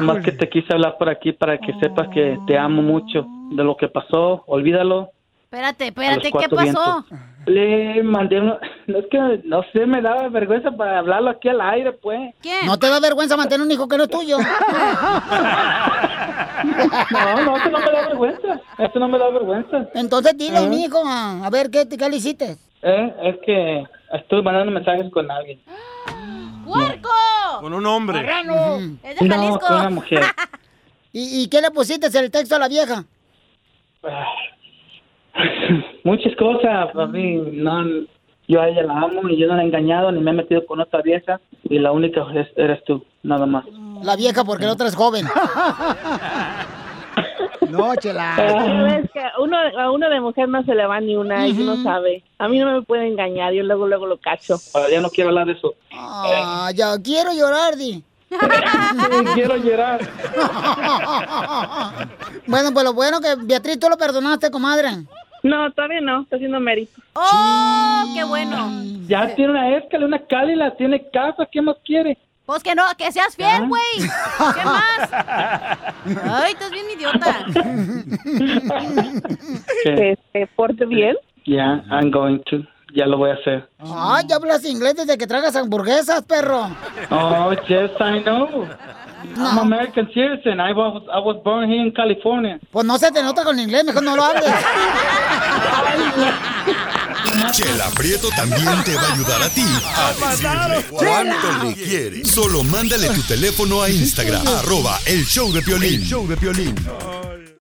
Speaker 13: Más que te quise hablar por aquí para que sepas que te amo mucho de lo que pasó. Olvídalo.
Speaker 5: Espérate,
Speaker 13: a los
Speaker 5: espérate, ¿qué
Speaker 13: cuatro
Speaker 5: pasó?
Speaker 13: vientos. Le mandé uno... No es que, no sé, me daba vergüenza para hablarlo aquí al aire, pues.
Speaker 3: ¿No te da vergüenza mantener un hijo que no es tuyo?
Speaker 13: No, no, eso no me da vergüenza. Eso no me da vergüenza.
Speaker 3: Entonces dile a un
Speaker 13: Ah.
Speaker 3: hijo, a a ver, ¿qué, te- qué le hiciste?
Speaker 13: Eh, es que estoy mandando mensajes con alguien.
Speaker 4: Con un hombre.
Speaker 3: Ujú.
Speaker 13: No, con una mujer.
Speaker 3: ¿Y, y qué le pusiste en el texto a la vieja?
Speaker 13: Muchas cosas, a mí, no, yo a ella la amo y yo no la he engañado ni me he metido con otra vieja y la única es- eres tú, nada más.
Speaker 3: La vieja porque la otra es joven. No,
Speaker 2: Pero es que uno, a uno de mujer no se le va ni una y uno sabe. A mí no me puede engañar, yo luego luego lo cacho.
Speaker 13: Ahora ya no quiero hablar de eso.
Speaker 3: Ah, ya quiero llorar, di.
Speaker 13: quiero llorar.
Speaker 3: bueno, pues lo bueno que Beatriz, tú lo perdonaste, comadre.
Speaker 2: No, todavía no, está haciendo mérito.
Speaker 5: ¡Oh, qué bueno!
Speaker 13: Ya tiene una escala, una cálida, tiene casa, ¿qué más quiere?
Speaker 5: Pues que no, que seas fiel, güey. ¿Qué más? Ay, estás bien idiota.
Speaker 2: Que se porte Este, bien.
Speaker 13: Ya, I'm going to, ya lo voy a hacer.
Speaker 3: Ay, ya hablas inglés desde que tragas hamburguesas, perro.
Speaker 13: Oh, yes, I know. I'm American citizen. I was, I was born here in California.
Speaker 3: Pues no se te nota con el inglés, mejor no lo hables.
Speaker 1: Chela Prieto también te va a ayudar a ti a decirle cuánto le quieres. Solo mándale tu teléfono a Instagram, arroba el show de Piolín.
Speaker 24: El show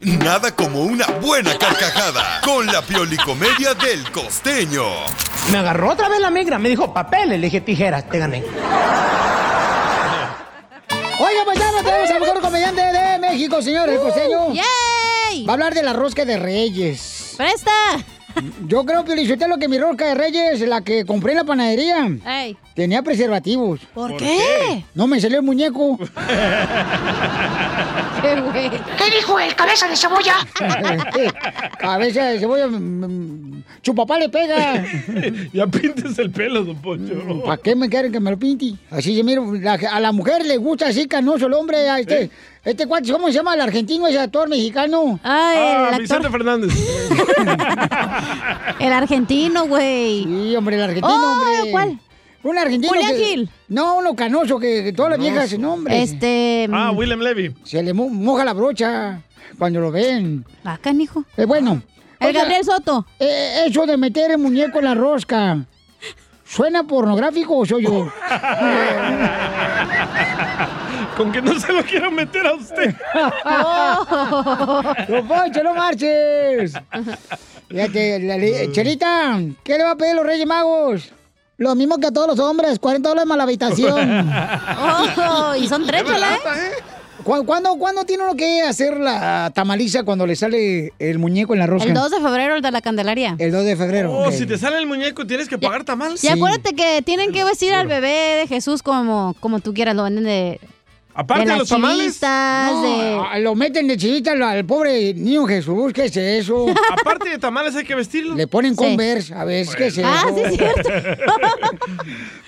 Speaker 1: Nada como una buena carcajada con la piolicomedia del costeño.
Speaker 14: Me agarró otra vez la migra, me dijo papeles, le dije tijeras, te gané.
Speaker 3: Oiga, pues ya nos tenemos al mejor comediante de México, señor,
Speaker 5: Uh,
Speaker 3: el costeño. Va a hablar de la rosca de Reyes.
Speaker 5: ¡Presta!
Speaker 3: Yo creo, Piolichotelo, que mi rosca de Reyes, la que compré en la panadería,
Speaker 5: Ey.
Speaker 3: tenía preservativos.
Speaker 5: Eh. ¿Por ¿Por qué? qué?
Speaker 3: No me salió el muñeco.
Speaker 5: ¿Qué
Speaker 3: dijo el cabeza de cebolla? cabeza de cebolla. mm, papá le pega.
Speaker 4: ya pintes el pelo, don
Speaker 5: Mm.
Speaker 4: Poncho.
Speaker 3: ¿Para qué me quieren que me lo pinte? Así se mira, la- a la mujer le gusta así canoso el hombre. A este, este cuate, ¿cómo se llama? El argentino, ese actor mexicano.
Speaker 4: Ah, Vicente Fernández.
Speaker 5: El argentino, güey.
Speaker 3: Sí, hombre, el argentino,
Speaker 5: Oh,
Speaker 3: hombre.
Speaker 5: ¿cuál?
Speaker 3: Un argentino.
Speaker 5: Julián
Speaker 3: que-
Speaker 5: Gil.
Speaker 3: No, uno canoso que, que todas las viejas, no, hombre.
Speaker 5: Este.
Speaker 4: Ah, William Levy.
Speaker 3: Se le mo- moja la brocha cuando lo ven. Acá, hijo. Es bueno.
Speaker 5: El Gabriel
Speaker 3: Soto. eso de meter el muñeco en la rosca. ¿Suena pornográfico o soy yo?
Speaker 4: Con que no se lo quiero meter a usted.
Speaker 3: ¡No, Poncho, no marches! Fíjate, la le- Chelita, ¿qué le va a pedir los Reyes Magos? Lo mismo que a todos los hombres, 40 dólares más la habitación.
Speaker 5: Oh, y son tres, chela, ¿eh?
Speaker 3: ¿Cu- ¿Cuándo, cuándo tiene uno que hacer la tamaliza cuando le sale el muñeco en la rosca?
Speaker 5: El 2 de febrero, el de la Candelaria.
Speaker 3: El 2 de febrero.
Speaker 4: Oh,
Speaker 3: ok.
Speaker 4: si te sale el muñeco, tienes que pagar tamal.
Speaker 5: Y acuérdate que tienen que vestir al bebé de Jesús como, como tú quieras, lo venden de
Speaker 4: Aparte de,
Speaker 3: las
Speaker 4: los tamales.
Speaker 3: chivitas,
Speaker 5: eh.
Speaker 4: No,
Speaker 3: ah, Lo meten de chivita al, al pobre niño Jesús, ¿qué es eso?
Speaker 4: Aparte de tamales hay que vestirlo.
Speaker 3: Le ponen Converse, a ver, ¿qué es eso?
Speaker 4: Ah, sí, es
Speaker 3: cierto.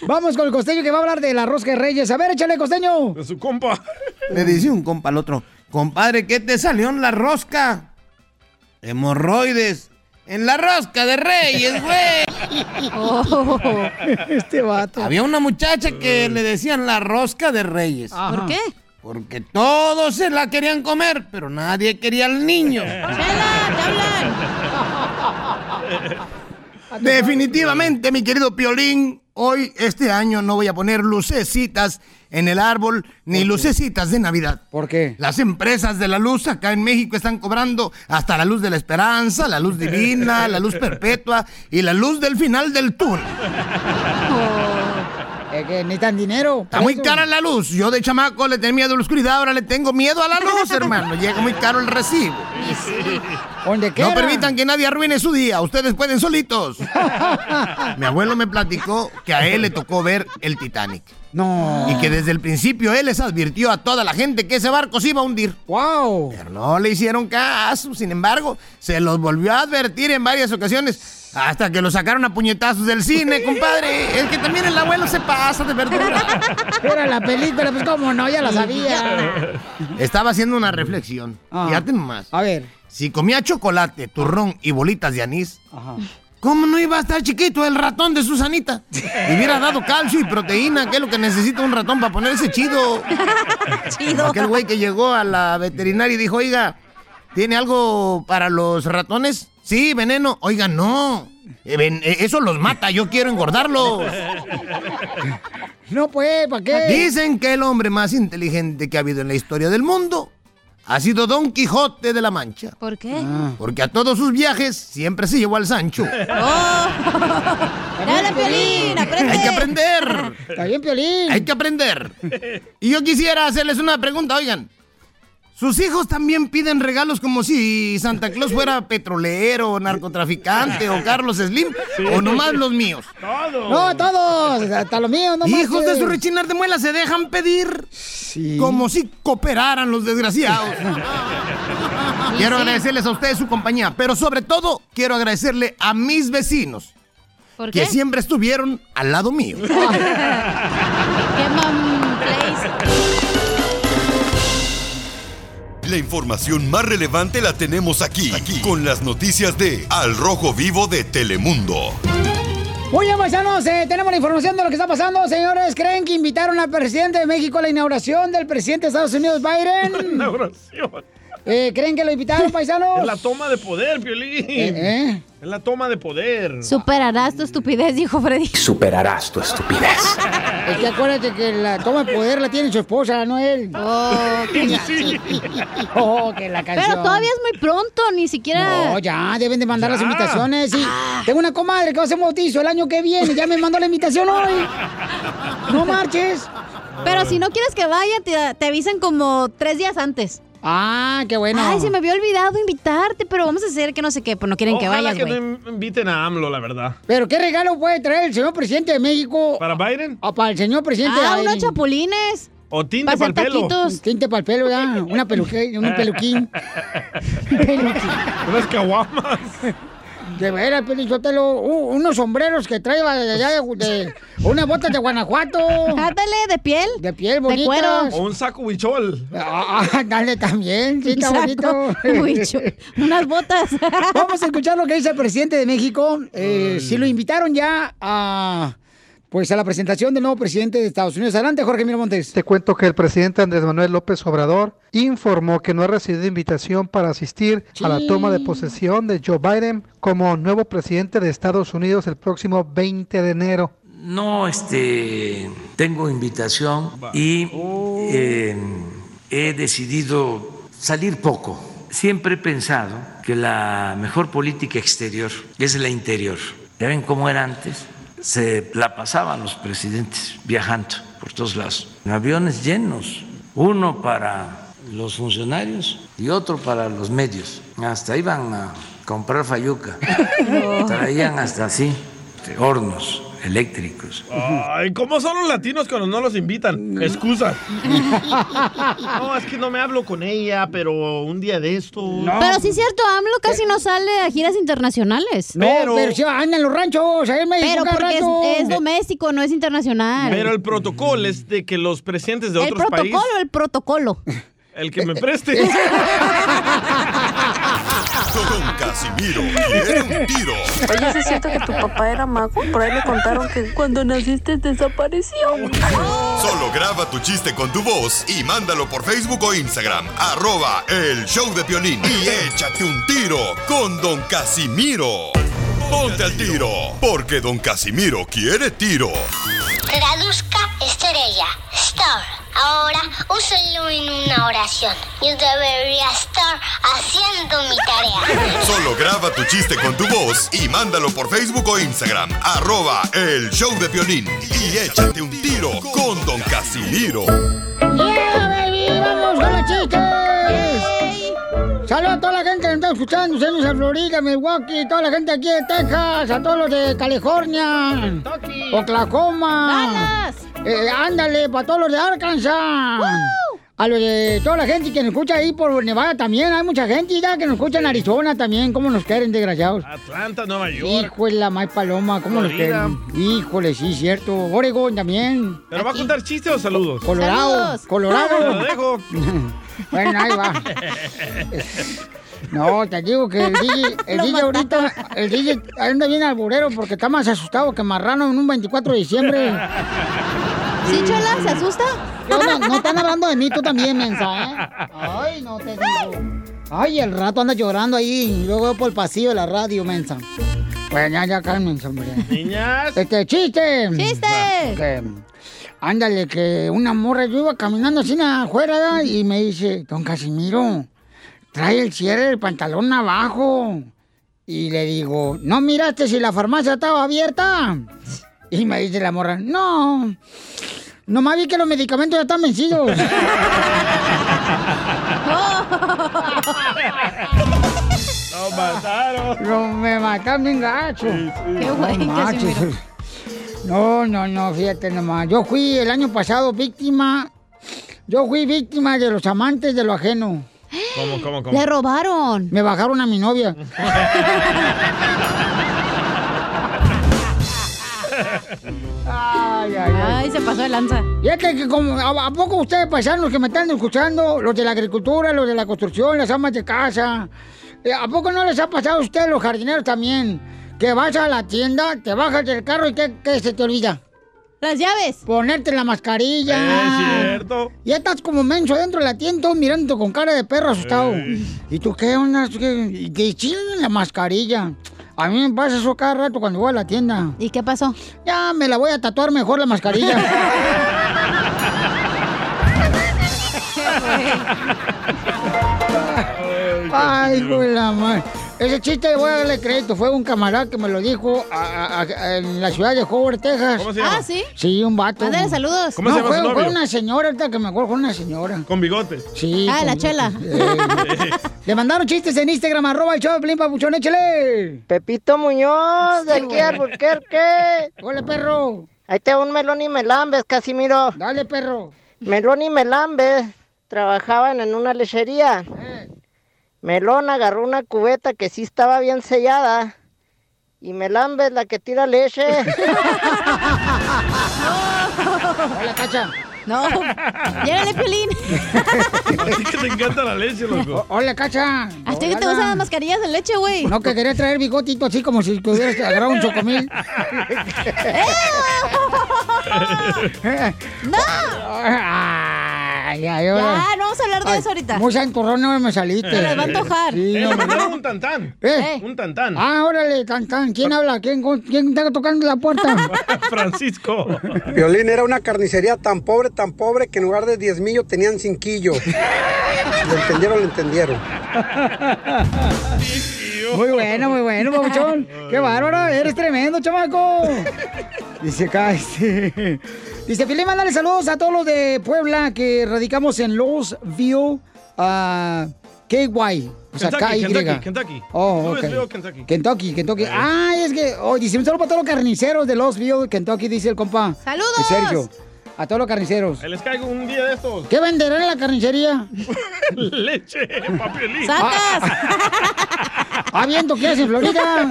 Speaker 3: Vamos con el costeño que va a hablar del arroz que reyes. A ver, échale, costeño.
Speaker 4: De su compa.
Speaker 15: Le dice un compa al otro, compadre, ¿qué te salió en la rosca? Hemorroides. En la rosca de Reyes, güey.
Speaker 3: Oh. este vato.
Speaker 15: Había una muchacha que le decían la rosca de Reyes.
Speaker 3: Ajá. Mm. ¿Por qué?
Speaker 15: Porque todos se la querían comer, pero nadie quería al niño. Definitivamente, mi querido Piolín, hoy, este año, no voy a poner lucecitas en el árbol, ni lucecitas de Navidad.
Speaker 3: ¿Por qué?
Speaker 15: Las empresas de la luz acá en México están cobrando hasta la luz de la esperanza, la luz divina, la luz perpetua y la luz del final del túnel.
Speaker 3: Es que necesitan dinero.
Speaker 15: Oh. Está muy cara la luz. Yo de chamaco le tenía miedo a la oscuridad, ahora le tengo miedo a la luz, hermano. Llega muy caro el recibo. No
Speaker 3: quiera.
Speaker 15: permitan que nadie arruine su día. Ustedes pueden solitos. Mi abuelo me platicó que a él le tocó ver el Titanic.
Speaker 3: No.
Speaker 15: Y que desde el principio él les advirtió a toda la gente que ese barco se iba a hundir.
Speaker 3: ¡Wow!
Speaker 15: Pero no le hicieron caso. Sin embargo, se los volvió a advertir en varias ocasiones hasta que lo sacaron a puñetazos del cine, compadre. Es que también el abuelo se pasa de verdura.
Speaker 3: Era la película, pues cómo no, ya la sabía. Ah.
Speaker 15: Estaba haciendo una reflexión. Fíjate nomás. A
Speaker 3: ver.
Speaker 15: Si comía chocolate, turrón y bolitas de anís, ¿cómo no iba a estar chiquito el ratón de Susanita? Le hubiera dado calcio y proteína, que es lo que necesita un ratón para ponerse chido. chido. Aquel güey que llegó a la veterinaria y dijo, oiga, ¿tiene algo para los ratones? Sí, veneno. Oiga, no. Eh, ven- eh, Eso los mata, yo quiero engordarlos.
Speaker 3: No, pues, ¿para qué?
Speaker 15: Dicen que el hombre más inteligente que ha habido en la historia del mundo ha sido Don Quijote de la Mancha. Ah.
Speaker 5: ¿Por qué?
Speaker 15: Porque a todos sus viajes siempre se llevó al Sancho.
Speaker 5: ¡Dale, Oh, Piolín! ¡Aprende!
Speaker 15: Hay que aprender. Está
Speaker 3: bien, Piolín.
Speaker 15: Hay que aprender. Y yo quisiera hacerles una pregunta, oigan. ¿Sus hijos también piden regalos como si Santa Claus fuera petrolero, narcotraficante o Carlos Slim? ¿O nomás los míos?
Speaker 3: No, todos, hasta los míos, no
Speaker 15: Hijos de
Speaker 3: manches.
Speaker 15: su rechinar de muela se dejan pedir como si cooperaran los desgraciados. Quiero agradecerles a ustedes su compañía, pero sobre todo quiero agradecerle a mis vecinos
Speaker 5: ¿Por
Speaker 15: que
Speaker 5: qué?
Speaker 15: siempre estuvieron al lado mío. Ah,
Speaker 5: ¡Qué mam place!
Speaker 1: La información más relevante la tenemos aquí, aquí, con las noticias de Al Rojo Vivo de Telemundo.
Speaker 3: Muy bien, paisanos, eh, tenemos la información de lo que está pasando. Señores, ¿creen que invitaron al presidente de México a la inauguración del presidente de Estados Unidos, Biden?
Speaker 4: Inauguración.
Speaker 3: Eh, ¿Creen que lo invitaron, paisanos?
Speaker 4: Es la toma de poder, Piolín.
Speaker 3: Eh,
Speaker 4: Es la toma de poder.
Speaker 5: Superarás tu estupidez, dijo Freddy.
Speaker 25: Superarás tu estupidez.
Speaker 3: Es que acuérdate que la toma de poder la tiene su esposa, no él. Oh,
Speaker 5: qué-
Speaker 3: oh, que la canción.
Speaker 5: Pero todavía es muy pronto, ni siquiera... Ah.
Speaker 3: No, ya, deben de mandar las invitaciones. Y tengo una comadre que va a hacer un bautizo el año que viene. Ya me mandó la invitación hoy. No marches.
Speaker 5: Pero si no quieres que vaya, te, te avisan como tres días antes.
Speaker 3: Ah, qué bueno.
Speaker 5: Ay, se me había olvidado invitarte, pero vamos a hacer que no sé qué, pues no quieren que
Speaker 4: Ojalá
Speaker 5: vayas,
Speaker 4: que
Speaker 5: güey.
Speaker 4: no inviten a AMLO, la verdad.
Speaker 3: Pero qué regalo puede traer el señor presidente de México.
Speaker 4: ¿Para Biden?
Speaker 3: Ah, para el señor presidente.
Speaker 5: Ah, unos
Speaker 3: chapulines.
Speaker 4: O tinte para el pelo.
Speaker 3: Tinte para el pelo, ya. Una peluque, un peluquín.
Speaker 4: Unas caguamas.
Speaker 3: De veras, Pelichotelo, u- unos sombreros que trae de, allá de- de- unas botas de Guanajuato. Ándale, de piel. De piel, bonitas.
Speaker 4: O un saco huichol.
Speaker 3: Ah, ah, dale también, sí, está
Speaker 4: Saco
Speaker 3: bonito.
Speaker 4: huicho-
Speaker 3: Unas botas. Vamos a escuchar lo que dice el presidente de México. Eh, Si lo invitaron ya a. Pues a la presentación del nuevo presidente de Estados Unidos. Adelante, Jorge Miro Montes.
Speaker 26: Te cuento que el presidente Andrés Manuel López Obrador informó que no ha recibido invitación para asistir a la toma de posesión de Joe Biden como nuevo presidente de Estados Unidos el próximo 20 de enero.
Speaker 16: No este, tengo invitación y eh, he decidido salir poco. Siempre he pensado que la mejor política exterior es la interior. ¿Ya ven cómo era antes? Se la pasaban los presidentes viajando por todos lados, en aviones llenos, uno para los funcionarios y otro para los medios. Hasta
Speaker 14: Oh.
Speaker 16: iban a comprar fayuca, traían hasta así este, hornos eléctricos.
Speaker 4: Ay, ¿cómo son los latinos cuando no los invitan? Excusas.
Speaker 27: No, es que no me hablo con ella, pero un día de esto.
Speaker 19: Pero sí es cierto, AMLO casi no sale a giras internacionales.
Speaker 3: Eh. No, Pero- pero sí anda en los ranchos, ahí en México,
Speaker 19: Pero
Speaker 3: cada
Speaker 19: porque es,
Speaker 3: rato.
Speaker 19: es doméstico, no es internacional.
Speaker 4: Pero el protocolo es de que los presidentes de
Speaker 19: el
Speaker 4: otros
Speaker 19: protocolo,
Speaker 4: países,
Speaker 19: el protocolo.
Speaker 4: el que me preste.
Speaker 1: Don Casimiro quiere un tiro
Speaker 8: Oye, ¿sí ¿es cierto que tu papá era mago? Por ahí me contaron que cuando naciste desapareció.
Speaker 1: Solo graba tu chiste con tu voz y mándalo por Facebook o Instagram. Arroba el show de Piolín. Y échate un tiro con Don Casimiro. Ponte al tiro, porque Don Casimiro quiere tiro.
Speaker 18: Traduzca estrella, star. Ahora úselo en una oración. Yo debería estar haciendo mi tarea.
Speaker 1: Solo graba tu chiste con tu voz y mándalo por Facebook o Instagram. Arroba el show de Piolín. Y échate un tiro con Don Casimiro.
Speaker 3: ¡Yeah, baby! ¡Vamos con los chistes! Saludos a toda la gente que nos está escuchando, saludos a Florida, Milwaukee, toda la gente aquí de Texas, a todos los de California, Oklahoma, eh, ándale, para todos los de Arkansas, a los de toda la gente que nos escucha ahí por Nevada también, hay mucha gente ya que nos escucha en Arizona también, cómo nos quieren, desgraciados.
Speaker 4: Atlanta, Nueva York.
Speaker 3: Híjole, la May Paloma, cómo nos
Speaker 4: Florida.
Speaker 3: quieren. Híjole, sí, cierto. Oregón también.
Speaker 4: ¿Pero va a contar chistes o saludos?
Speaker 3: Colorado, Saludos. Colorado.
Speaker 4: Te lo dejo.
Speaker 3: Bueno, ahí va. No, te digo que el DJ, el
Speaker 4: Lo
Speaker 3: DJ ahorita, el DJ anda bien alburero porque está más asustado que marrano en un 24 de diciembre.
Speaker 19: ¿Sí, Chola? ¿Se asusta?
Speaker 3: No, no, no están hablando de mí, tú también, mensa, ¿eh? Ay, no te digo. Ay, el rato anda llorando ahí y luego veo por el pasillo de la radio, mensa. Bueno, ya, ya, cálmense, hombre.
Speaker 4: Niñas.
Speaker 3: Este, chiste.
Speaker 19: ¡Chiste!
Speaker 3: Que, ándale, que una morra, yo iba caminando así afuera ¿verdad? y me dice, don Casimiro, trae el cierre del pantalón abajo. Y le digo, ¿no miraste si la farmacia estaba abierta? Y me dice la morra, no, nomás vi que los medicamentos ya están vencidos.
Speaker 4: Nos mataron.
Speaker 3: No, me mataron bien gacho.
Speaker 4: Qué güey,
Speaker 3: No, manches.
Speaker 4: Casimiro.
Speaker 3: no, no, no, fíjate nomás. Yo fui el año pasado víctima. Yo fui víctima de los amantes de lo ajeno.
Speaker 4: ¿Cómo, cómo, cómo?
Speaker 3: Le robaron. Me bajaron a mi novia. Ay, ay,
Speaker 19: Ay, se pasó de lanza.
Speaker 3: Fíjate que como, ¿a, a poco ustedes paisanos los que me están escuchando, los de la agricultura, los de la construcción, las amas de casa, eh, ¿a poco no les ha pasado a ustedes los jardineros también? Que vas a la tienda, te bajas del carro y ¿qué, qué se te olvida? Las llaves. Ponerte la mascarilla.
Speaker 4: Es cierto.
Speaker 3: Ya estás como menso dentro de la tienda, todo mirando con cara de perro asustado.
Speaker 19: Eh.
Speaker 3: ¿Y tú qué onda? ¿Tú qué? Y Que chillen la mascarilla. A mí me pasa eso cada rato cuando voy a la tienda. ¿Y qué pasó? Ya me la voy a tatuar mejor la mascarilla. Ay, güey, la madre. Ese chiste voy a darle crédito. Fue un camarada que me lo dijo a- a- a- en la ciudad de Howard, Texas.
Speaker 4: ¿Cómo se llama?
Speaker 19: Ah, ¿sí?
Speaker 3: Sí, un vato.
Speaker 19: Mándale saludos.
Speaker 4: ¿Cómo
Speaker 3: no,
Speaker 4: se llama
Speaker 3: fue,
Speaker 4: su novio?
Speaker 3: fue una señora, ahorita que me acuerdo, fue una señora.
Speaker 4: Con bigotes.
Speaker 3: Sí.
Speaker 19: Ah,
Speaker 3: con-
Speaker 19: la chela.
Speaker 3: Le mandaron chistes en Instagram, arroba el show de Piolín, Papuchón, échale. Pepito Muñoz,
Speaker 21: de aquí a
Speaker 3: Alburquerque. Hola, perro.
Speaker 21: Ahí te va un melón y melambes, Casimiro.
Speaker 3: Dale, perro.
Speaker 21: Melón y melambes trabajaban en una lechería.
Speaker 3: Eh.
Speaker 21: Melón agarró una cubeta que sí estaba bien sellada. Y melambes la que tira leche.
Speaker 3: Hola, Cacha.
Speaker 19: No, llévale, Piolín.
Speaker 4: Así que te encanta la leche, loco.
Speaker 3: Hola, Cacha.
Speaker 19: A ti que te gustan las mascarillas de leche, güey.
Speaker 3: No, que quería traer bigotito así como si tuvieras agarrado un chocomil.
Speaker 19: ¡Eh! ¡No!
Speaker 3: Eh, Ah, Ay, ay,
Speaker 19: Ya, no vamos a hablar de
Speaker 3: Ay,
Speaker 19: eso ahorita.
Speaker 3: Muy santurrón no me saliste.
Speaker 19: Te las va a antojar.
Speaker 3: Sí,
Speaker 4: Eh,
Speaker 3: no, no.
Speaker 4: mandaron un tantán.
Speaker 3: ¿Eh?
Speaker 4: Un tantán.
Speaker 3: Ah, órale, tan, tan. ¿Quién habla? ¿Quién, con- quién está tocando la puerta?
Speaker 4: Francisco.
Speaker 26: Violín era una carnicería tan pobre, tan pobre, que en lugar de 10 millos tenían cinquillo. Lo entendieron, lo entendieron.
Speaker 3: Muy bueno, muy bueno, papuchón. Qué bárbaro, eres tremendo, chamaco. Dice acá, este. Dice, Filipe, mándale saludos a todos los de Puebla que radicamos en Los Vio. Qué guay. ah, O sea,
Speaker 4: Kentucky,
Speaker 3: KY.
Speaker 4: Kentucky, Kentucky.
Speaker 3: Oh, ok.
Speaker 4: Louisville, Kentucky.
Speaker 3: Kentucky, Kentucky. Ah, es que, oye, dice un saludo para todos los carniceros de Louisville, Kentucky, dice el compa.
Speaker 4: ¡Saludos!
Speaker 3: Sergio. A todos los carniceros.
Speaker 4: Ahí Les caigo un día de estos.
Speaker 3: ¿Qué venderán en la carnicería?
Speaker 4: Leche, papelín.
Speaker 3: Ah, viendo qué hace en Florida.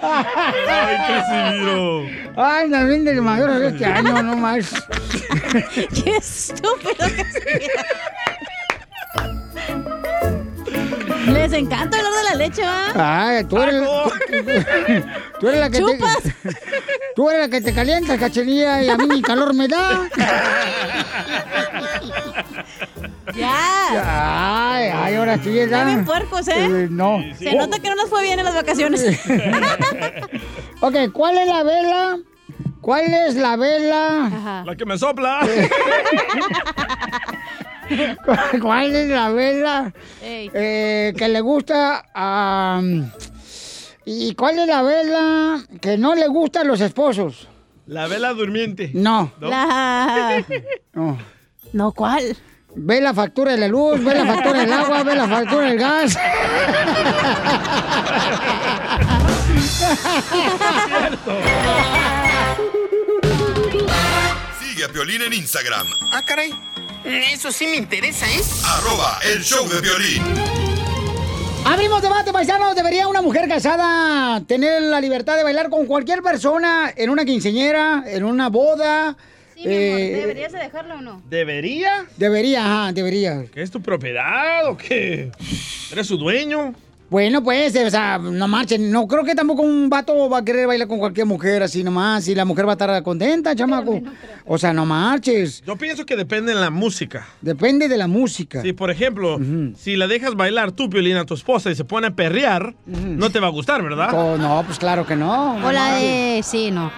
Speaker 4: ¡Ay, Casimiro!
Speaker 3: Ay, también del mayor de este año, no más.
Speaker 28: Qué estúpido
Speaker 5: Les encanta el olor de la leche, ¿va?
Speaker 3: ah, Ay, tú eres, tú, tú eres la que
Speaker 5: Chupas.
Speaker 3: te. Tú eres la que te calientas, cachenía, y a mí ni calor me da.
Speaker 5: Ya.
Speaker 3: Ay, ay, ahora sí, ya.
Speaker 5: Ya ven puercos, ¿eh?
Speaker 3: no.
Speaker 5: Se nota que no nos fue bien en las vacaciones.
Speaker 3: Ok, ¿cuál es la vela? ¿Cuál es la vela?
Speaker 4: La que me sopla.
Speaker 3: ¿Cuál es la vela
Speaker 28: Ey.
Speaker 3: eh, que le gusta a... mm, ¿Y cuál es la vela que no le gusta a los esposos?
Speaker 4: La vela durmiente.
Speaker 3: No.
Speaker 4: ¿No?
Speaker 3: La... No. No, ¿cuál? Ve la factura de la luz, ve la factura del agua, ve la factura del gas.
Speaker 11: Sigue a Piolín en Instagram,
Speaker 15: Ah, caray. Eso sí me interesa, ¿eh?
Speaker 11: arroba el show de Piolín.
Speaker 3: Abrimos debate, paisanos. ¿Debería una mujer casada tener la libertad de bailar con cualquier persona en una quinceñera, en una boda?
Speaker 29: Sí, mi amor,
Speaker 3: Eh,
Speaker 29: ¿deberías de dejarlo o no?
Speaker 4: ¿Debería?
Speaker 3: Debería, ajá, debería.
Speaker 4: ¿Qué es tu propiedad o qué? ¿Eres su dueño?
Speaker 3: Bueno, pues, o sea, no marchen. No creo que tampoco un vato va a querer bailar con cualquier mujer así nomás. Y la mujer va a estar contenta, chamaco. O sea, no marches.
Speaker 4: Yo pienso que depende de la música.
Speaker 3: Depende de la música.
Speaker 4: Si, por ejemplo, si la dejas bailar tú, Piolín, a tu esposa y se pone a perrear, no te va a gustar, ¿verdad?
Speaker 3: Oh, no, pues claro que no.
Speaker 5: O la de. Sí, no.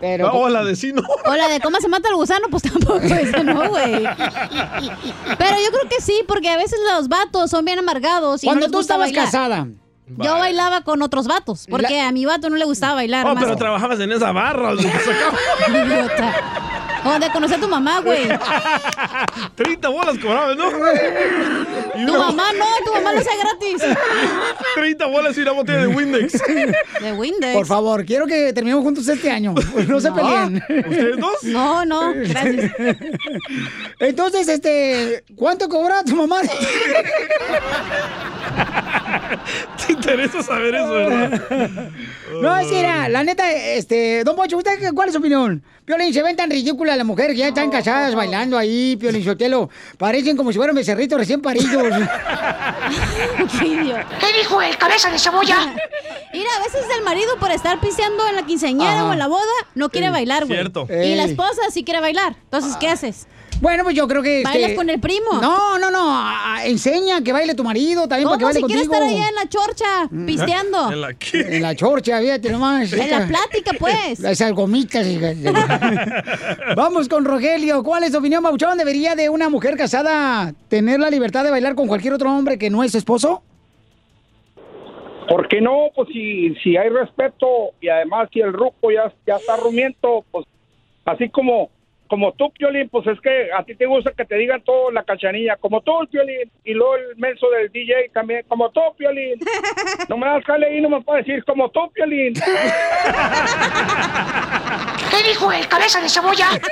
Speaker 3: Pero-
Speaker 4: o la de sí, no.
Speaker 5: O la de cómo se mata el gusano, pues tampoco eso, no, güey. Pero yo creo que sí, porque a veces los vatos son bien amargados. Y
Speaker 3: Cuando
Speaker 5: no les
Speaker 3: tú
Speaker 5: gusta
Speaker 3: estabas
Speaker 5: bailar.
Speaker 3: casada.
Speaker 5: Yo bailaba con otros vatos, porque a mi vato no le gustaba bailar.
Speaker 4: Oh,
Speaker 5: más.
Speaker 4: pero trabajabas en esa barra. o sea,
Speaker 5: Idiota. O de conocer a tu mamá, güey.
Speaker 4: 30 bolas cobrabas, ¿no? Y
Speaker 5: Tu
Speaker 4: una-
Speaker 5: mamá no, tu mamá lo hace gratis.
Speaker 4: 30 bolas y una botella de Windex.
Speaker 5: De Windex.
Speaker 3: Por favor, quiero que terminemos juntos este año. No se
Speaker 5: No.
Speaker 3: peleen.
Speaker 4: ¿Ustedes dos?
Speaker 5: No, no, gracias.
Speaker 3: Entonces, este, ¿cuánto cobraba tu mamá?
Speaker 4: Te interesa saber eso, ¿verdad?
Speaker 3: No, es que era, la neta, este, don Pocho, ¿usted qué- cuál es su opinión? Piolín, se ven tan ridículas las mujeres que ya están casadas bailando ahí, Piolín Sotelo. Parecen como si fueran becerritos recién paridos.
Speaker 5: Qué idiota.
Speaker 28: ¿Qué dijo el cabeza de cebolla?
Speaker 5: Mira, a veces el marido por estar piseando en la quinceañera
Speaker 3: Ajá.
Speaker 5: o en la boda no quiere
Speaker 3: Sí,
Speaker 5: bailar, güey.
Speaker 3: cierto.
Speaker 5: Y la
Speaker 3: Ey.
Speaker 5: esposa sí quiere bailar. Entonces, ¿qué haces?
Speaker 3: Bueno, pues yo creo que... este-
Speaker 5: ¿Bailas con el primo?
Speaker 3: No, no, no, a- a- enseña que baile tu marido también para que
Speaker 5: ¿Cómo
Speaker 3: baile
Speaker 5: si quiere
Speaker 3: contigo. Mm.
Speaker 5: estar allá en la chorcha pisteando?
Speaker 3: ¿En
Speaker 4: la
Speaker 3: En la chorcha, fíjate nomás.
Speaker 5: En la plática, pues.
Speaker 3: Esas gomitas. hija de- Vamos con Rogelio. ¿Cuál es tu opinión, Bauchón? ¿Debería de una mujer casada tener la libertad de bailar con cualquier otro hombre que no es su esposo?
Speaker 9: ¿Por qué no? Pues si, si hay respeto y además si el ruco ya, ya está rumiento, pues así como como tú, Piolín, pues es que a ti te gusta que te digan todo en la cachanilla, como tú, Piolín, y luego el menso del DJ también, como tú, Piolín. No me das jale ahí, no me puedes decir como tú, Piolín.
Speaker 28: ¿Qué dijo el cabeza de cebolla?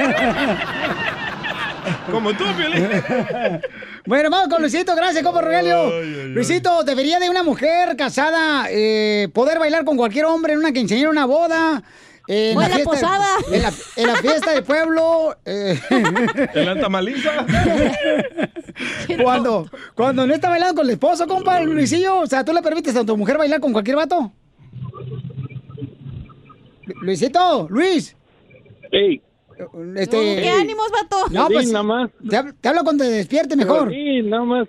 Speaker 4: Como tú, Piolín.
Speaker 3: Bueno, vamos con Luisito. Gracias, compa Rogelio. Luisito, ¿debería de una mujer casada eh, poder bailar con cualquier hombre en una quinceañera, una boda? eh,
Speaker 5: O en la
Speaker 3: fiesta-
Speaker 5: posada.
Speaker 3: En la, en la fiesta de pueblo. eh,
Speaker 4: ¿En la tamaliza?
Speaker 3: cuando, cuando no está bailando con el esposo, compa, el Luisillo, o sea, ¿tú le permites a tu mujer bailar con cualquier vato? Lu- Luisito, Luis.
Speaker 18: Ey.
Speaker 3: Este,
Speaker 18: ¿Qué ánimos,
Speaker 5: vato?
Speaker 3: No, pues,
Speaker 18: Piolín, nada más.
Speaker 3: Te, hab- te hablo cuando te despierte mejor.
Speaker 18: Violín, nada más.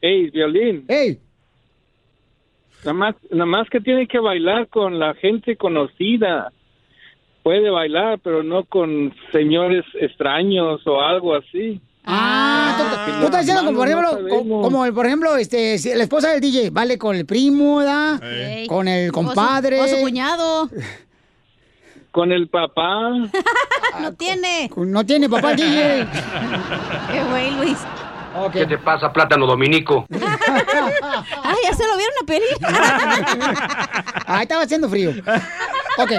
Speaker 18: Ey, violín.
Speaker 3: Ey.
Speaker 18: Nada más, nada más que tiene que bailar con la gente conocida. Puede bailar, pero no con señores extraños o algo así.
Speaker 3: Tú estás diciendo como, por ejemplo, co- como el, por ejemplo, este, si la esposa del DJ, vale con el primo, ¿da? Con el compadre.
Speaker 5: O su, o su cuñado.
Speaker 9: Con el papá.
Speaker 19: No tiene.
Speaker 3: No tiene papá eh. DJ.
Speaker 19: Qué güey, Luis.
Speaker 16: ¿Qué te pasa, plátano dominico?
Speaker 19: Ah, ya se lo vieron a pedir.
Speaker 3: Ahí estaba haciendo frío. Ok.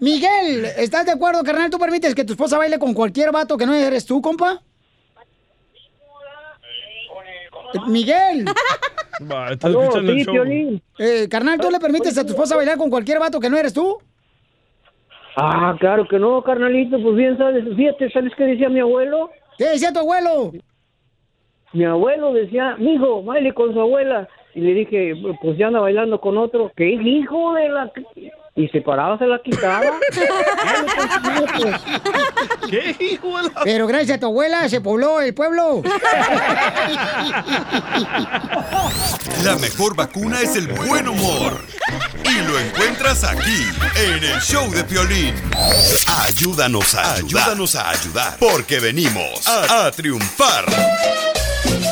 Speaker 3: Miguel, ¿estás de acuerdo, carnal? ¿Tú permites que tu esposa baile con cualquier vato que no eres tú, compa? Eh, Miguel.
Speaker 4: Va, estás escuchando el show.
Speaker 3: Eh, carnal, ¿tú le permites a tu esposa bailar con cualquier vato que no eres tú?
Speaker 2: Ah, claro que no, carnalito, pues bien, ¿sabes? Fíjate, ¿sabes qué decía mi abuelo?
Speaker 3: ¿Qué decía tu abuelo?
Speaker 2: Mi abuelo decía, mijo, baile con su abuela. Y le dije, pues ya anda bailando con otro. ¿Qué hijo de la...? Y se paraba, se la quitaba.
Speaker 3: ¿Qué, Pero gracias a tu abuela se pobló el pueblo.
Speaker 1: La mejor vacuna es el buen humor. Y lo encuentras aquí, en el show de Piolín. Ayúdanos a ayudar. Ayúdanos a ayudar. Porque venimos a, a triunfar.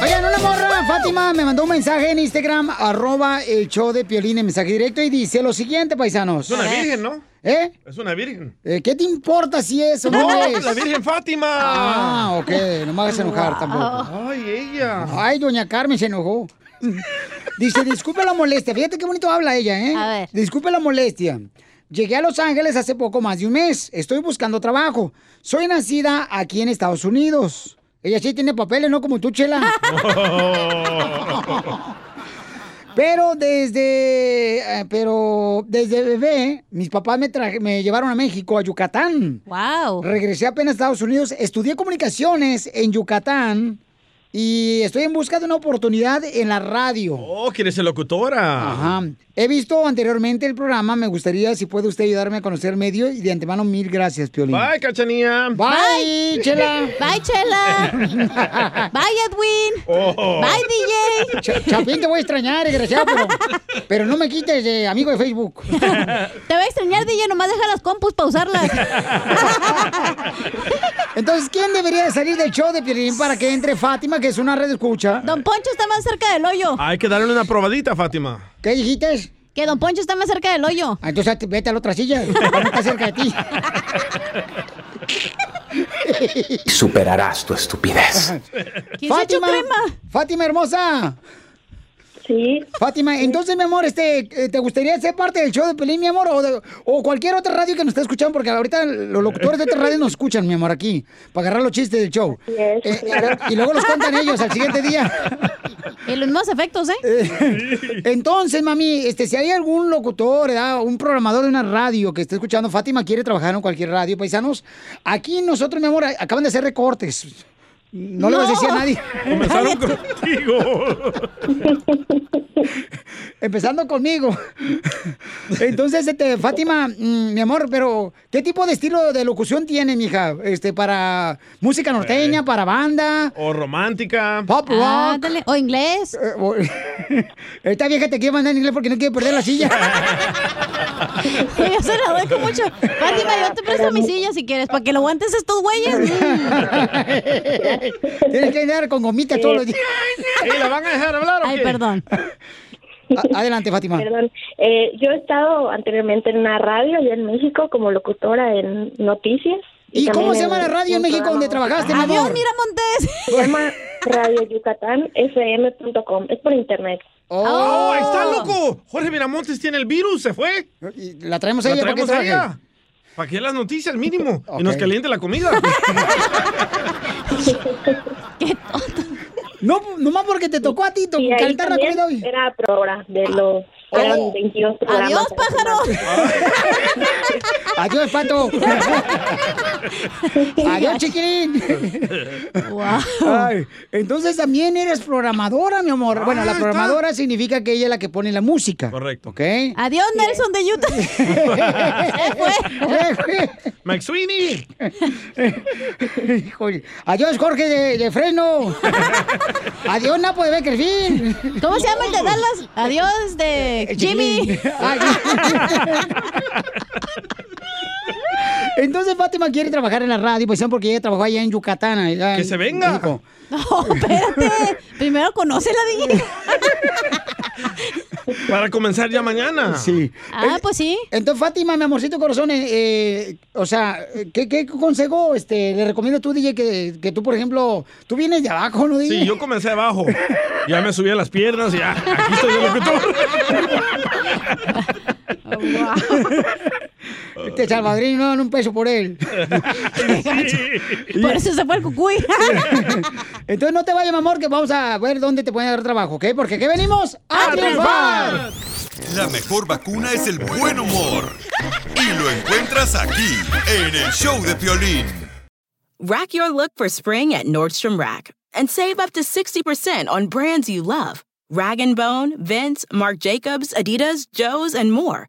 Speaker 3: Oigan, una morra, Fátima, me mandó un mensaje en Instagram, arroba el show de Piolín en mensaje directo y dice lo siguiente, paisanos.
Speaker 4: Es una virgen, ¿no?
Speaker 3: ¿Eh?
Speaker 4: Es una virgen.
Speaker 3: Eh, ¿Qué te importa si es o no,
Speaker 4: No,
Speaker 3: es?
Speaker 4: la Virgen Fátima.
Speaker 3: Ah, ok, no me hagas enojar tampoco.
Speaker 4: Ay, ella.
Speaker 3: Ay, doña Carmen se enojó. Dice, disculpe la molestia. Fíjate qué bonito habla ella, ¿eh? A ver. Disculpe la molestia. Llegué a Los Ángeles hace poco más de un mes. Estoy buscando trabajo. Soy nacida aquí en Estados Unidos. Ella sí tiene papeles, no como tú, Chela. Pero desde, eh, pero desde bebé, mis papás me, traje- me llevaron a México, a Yucatán.
Speaker 19: Wow.
Speaker 3: Regresé apenas a Estados Unidos, estudié comunicaciones en Yucatán y estoy en busca de una oportunidad en la radio.
Speaker 4: Oh, quieres ser locutora.
Speaker 3: Ajá. He visto anteriormente el programa, me gustaría si puede usted ayudarme a conocer el medio y de antemano mil gracias, Piolín.
Speaker 4: Bye, cachanía.
Speaker 3: Bye, Chela.
Speaker 19: Bye, Chela. Bye, Edwin. Bye, DJ.
Speaker 3: Cha- Oh. Chapín, te voy a extrañar, desgraciado, pero, pero no me quites, eh, amigo de Facebook.
Speaker 19: Te voy a extrañar, DJ. Nomás deja las compus para usarlas.
Speaker 3: Entonces, ¿quién debería de salir del show de Piolín para que entre Fátima, que es una red escucha?
Speaker 19: Don Poncho está más cerca del hoyo.
Speaker 4: Hay que darle una probadita, Fátima.
Speaker 3: ¿Qué dijiste? Ah,
Speaker 19: Que Don Poncho está más cerca del hoyo.
Speaker 3: Entonces vete a la otra silla. Vamos a estar cerca de ti.
Speaker 20: Superarás tu estupidez.
Speaker 3: Fátima, Fátima hermosa. Sí. Fátima, entonces, mi amor, este, eh, ¿te gustaría ser parte del show de Pelín, mi amor? O, de- o cualquier otra radio que nos esté escuchando, porque ahorita los locutores de otra radio nos escuchan, mi amor, aquí, para agarrar los chistes del show. Eh, eh, y luego los cuentan ellos al siguiente día.
Speaker 19: Y los mismos efectos, ¿eh?
Speaker 3: Entonces, mami, este, si hay algún locutor, ¿verdad? un programador de una radio que esté escuchando, Fátima quiere trabajar en cualquier radio, paisanos. Aquí nosotros, mi amor, a- acaban de hacer recortes. No, le vas a decir a nadie.
Speaker 4: Comenzaron contigo.
Speaker 3: Empezando conmigo. Entonces, este, Fátima, mm, mi amor, pero ¿qué tipo de estilo de locución tiene, mija? Este, para música norteña, para banda,
Speaker 4: O romántica.
Speaker 3: pop rock. Eh,
Speaker 4: Ah,
Speaker 3: o inglés. Esta vieja te quiere mandar en inglés porque no quiere perder la silla.
Speaker 19: Yo se la doy con mucho. Fátima, yo te presto mi silla si quieres, para que lo aguantes estos güeyes.
Speaker 3: Tienes que andar con gomitas todos los días.
Speaker 4: ¿Y la van a dejar hablar o
Speaker 19: Ay,
Speaker 4: qué?
Speaker 19: perdón.
Speaker 3: A- adelante, Fátima.
Speaker 10: Perdón. Eh, yo he estado anteriormente en una radio allá en México como locutora en noticias.
Speaker 3: ¿Y
Speaker 10: también
Speaker 3: cómo se llama
Speaker 10: en
Speaker 3: la radio
Speaker 10: un
Speaker 3: en México donde
Speaker 10: programa-
Speaker 3: trabajaste, mi amor?
Speaker 10: Se llama Radio Yucatán FM.com. Es por internet.
Speaker 3: ¡Oh!
Speaker 4: ahí está, loco! Jorge Miramontes tiene el virus, se fue.
Speaker 3: La traemos a ella para que
Speaker 4: traemos a
Speaker 3: trabaje.
Speaker 4: ella. Para que dé las noticias, mínimo. Y nos caliente la comida.
Speaker 3: No, nomás porque te tocó a ti to-
Speaker 10: Y ahí
Speaker 3: calentar la
Speaker 10: también
Speaker 3: comida hoy.
Speaker 10: Era programa de los
Speaker 3: Ah.
Speaker 10: eran 22 programas.
Speaker 3: Adiós, Adiós, pato. Adiós, chiquilín. Ay, entonces también eres programadora, mi
Speaker 19: Ah,
Speaker 3: amor. bueno, la programadora significa que ella es la que pone la música. Correcto. ¿Ok?
Speaker 19: Adiós, Nelson de Utah. Se
Speaker 3: fue.
Speaker 4: McSweeney.
Speaker 3: Híjole. Adiós, Jorge de, de Fresno. Adiós, Napo de Beckerfield. Eh,
Speaker 19: ¿Cómo se llama el de Dallas? Adiós, de Jimmy.
Speaker 3: Ay. Entonces Fátima quiere trabajar en la radio, pues porque ella trabajó allá en Yucatán. allá
Speaker 4: Que
Speaker 3: en
Speaker 4: se venga.
Speaker 3: México.
Speaker 19: No, espérate. Primero conoce la DJ.
Speaker 4: Para comenzar ya mañana.
Speaker 3: Sí. Ah, pues sí. Entonces, Fátima, mi amorcito corazón, eh, eh, o sea, ¿qué, qué consejo este, le recomiendo tú, DJ, que, que tú, por ejemplo, tú vienes de abajo, ¿no, DJ?
Speaker 4: Sí, yo comencé abajo. Ya me subí a las piernas y ya. Aquí estoy de locutor.
Speaker 3: Oh, Este salvadoreño no dan un peso por él.
Speaker 11: Por eso se fue el cucuy.
Speaker 3: Entonces no te vayas, mi amor, que vamos a ver dónde te pueden dar trabajo, ¿ok? Porque ¿qué venimos? ¡A, triunfar!
Speaker 1: La mejor vacuna es el buen humor. Y lo encuentras aquí, en el show de Piolín.
Speaker 30: Rack your look for spring at Nordstrom Rack and save up to 60% on brands you love. Rag & Bone, Vince, Marc Jacobs, Adidas, Joe's, and more.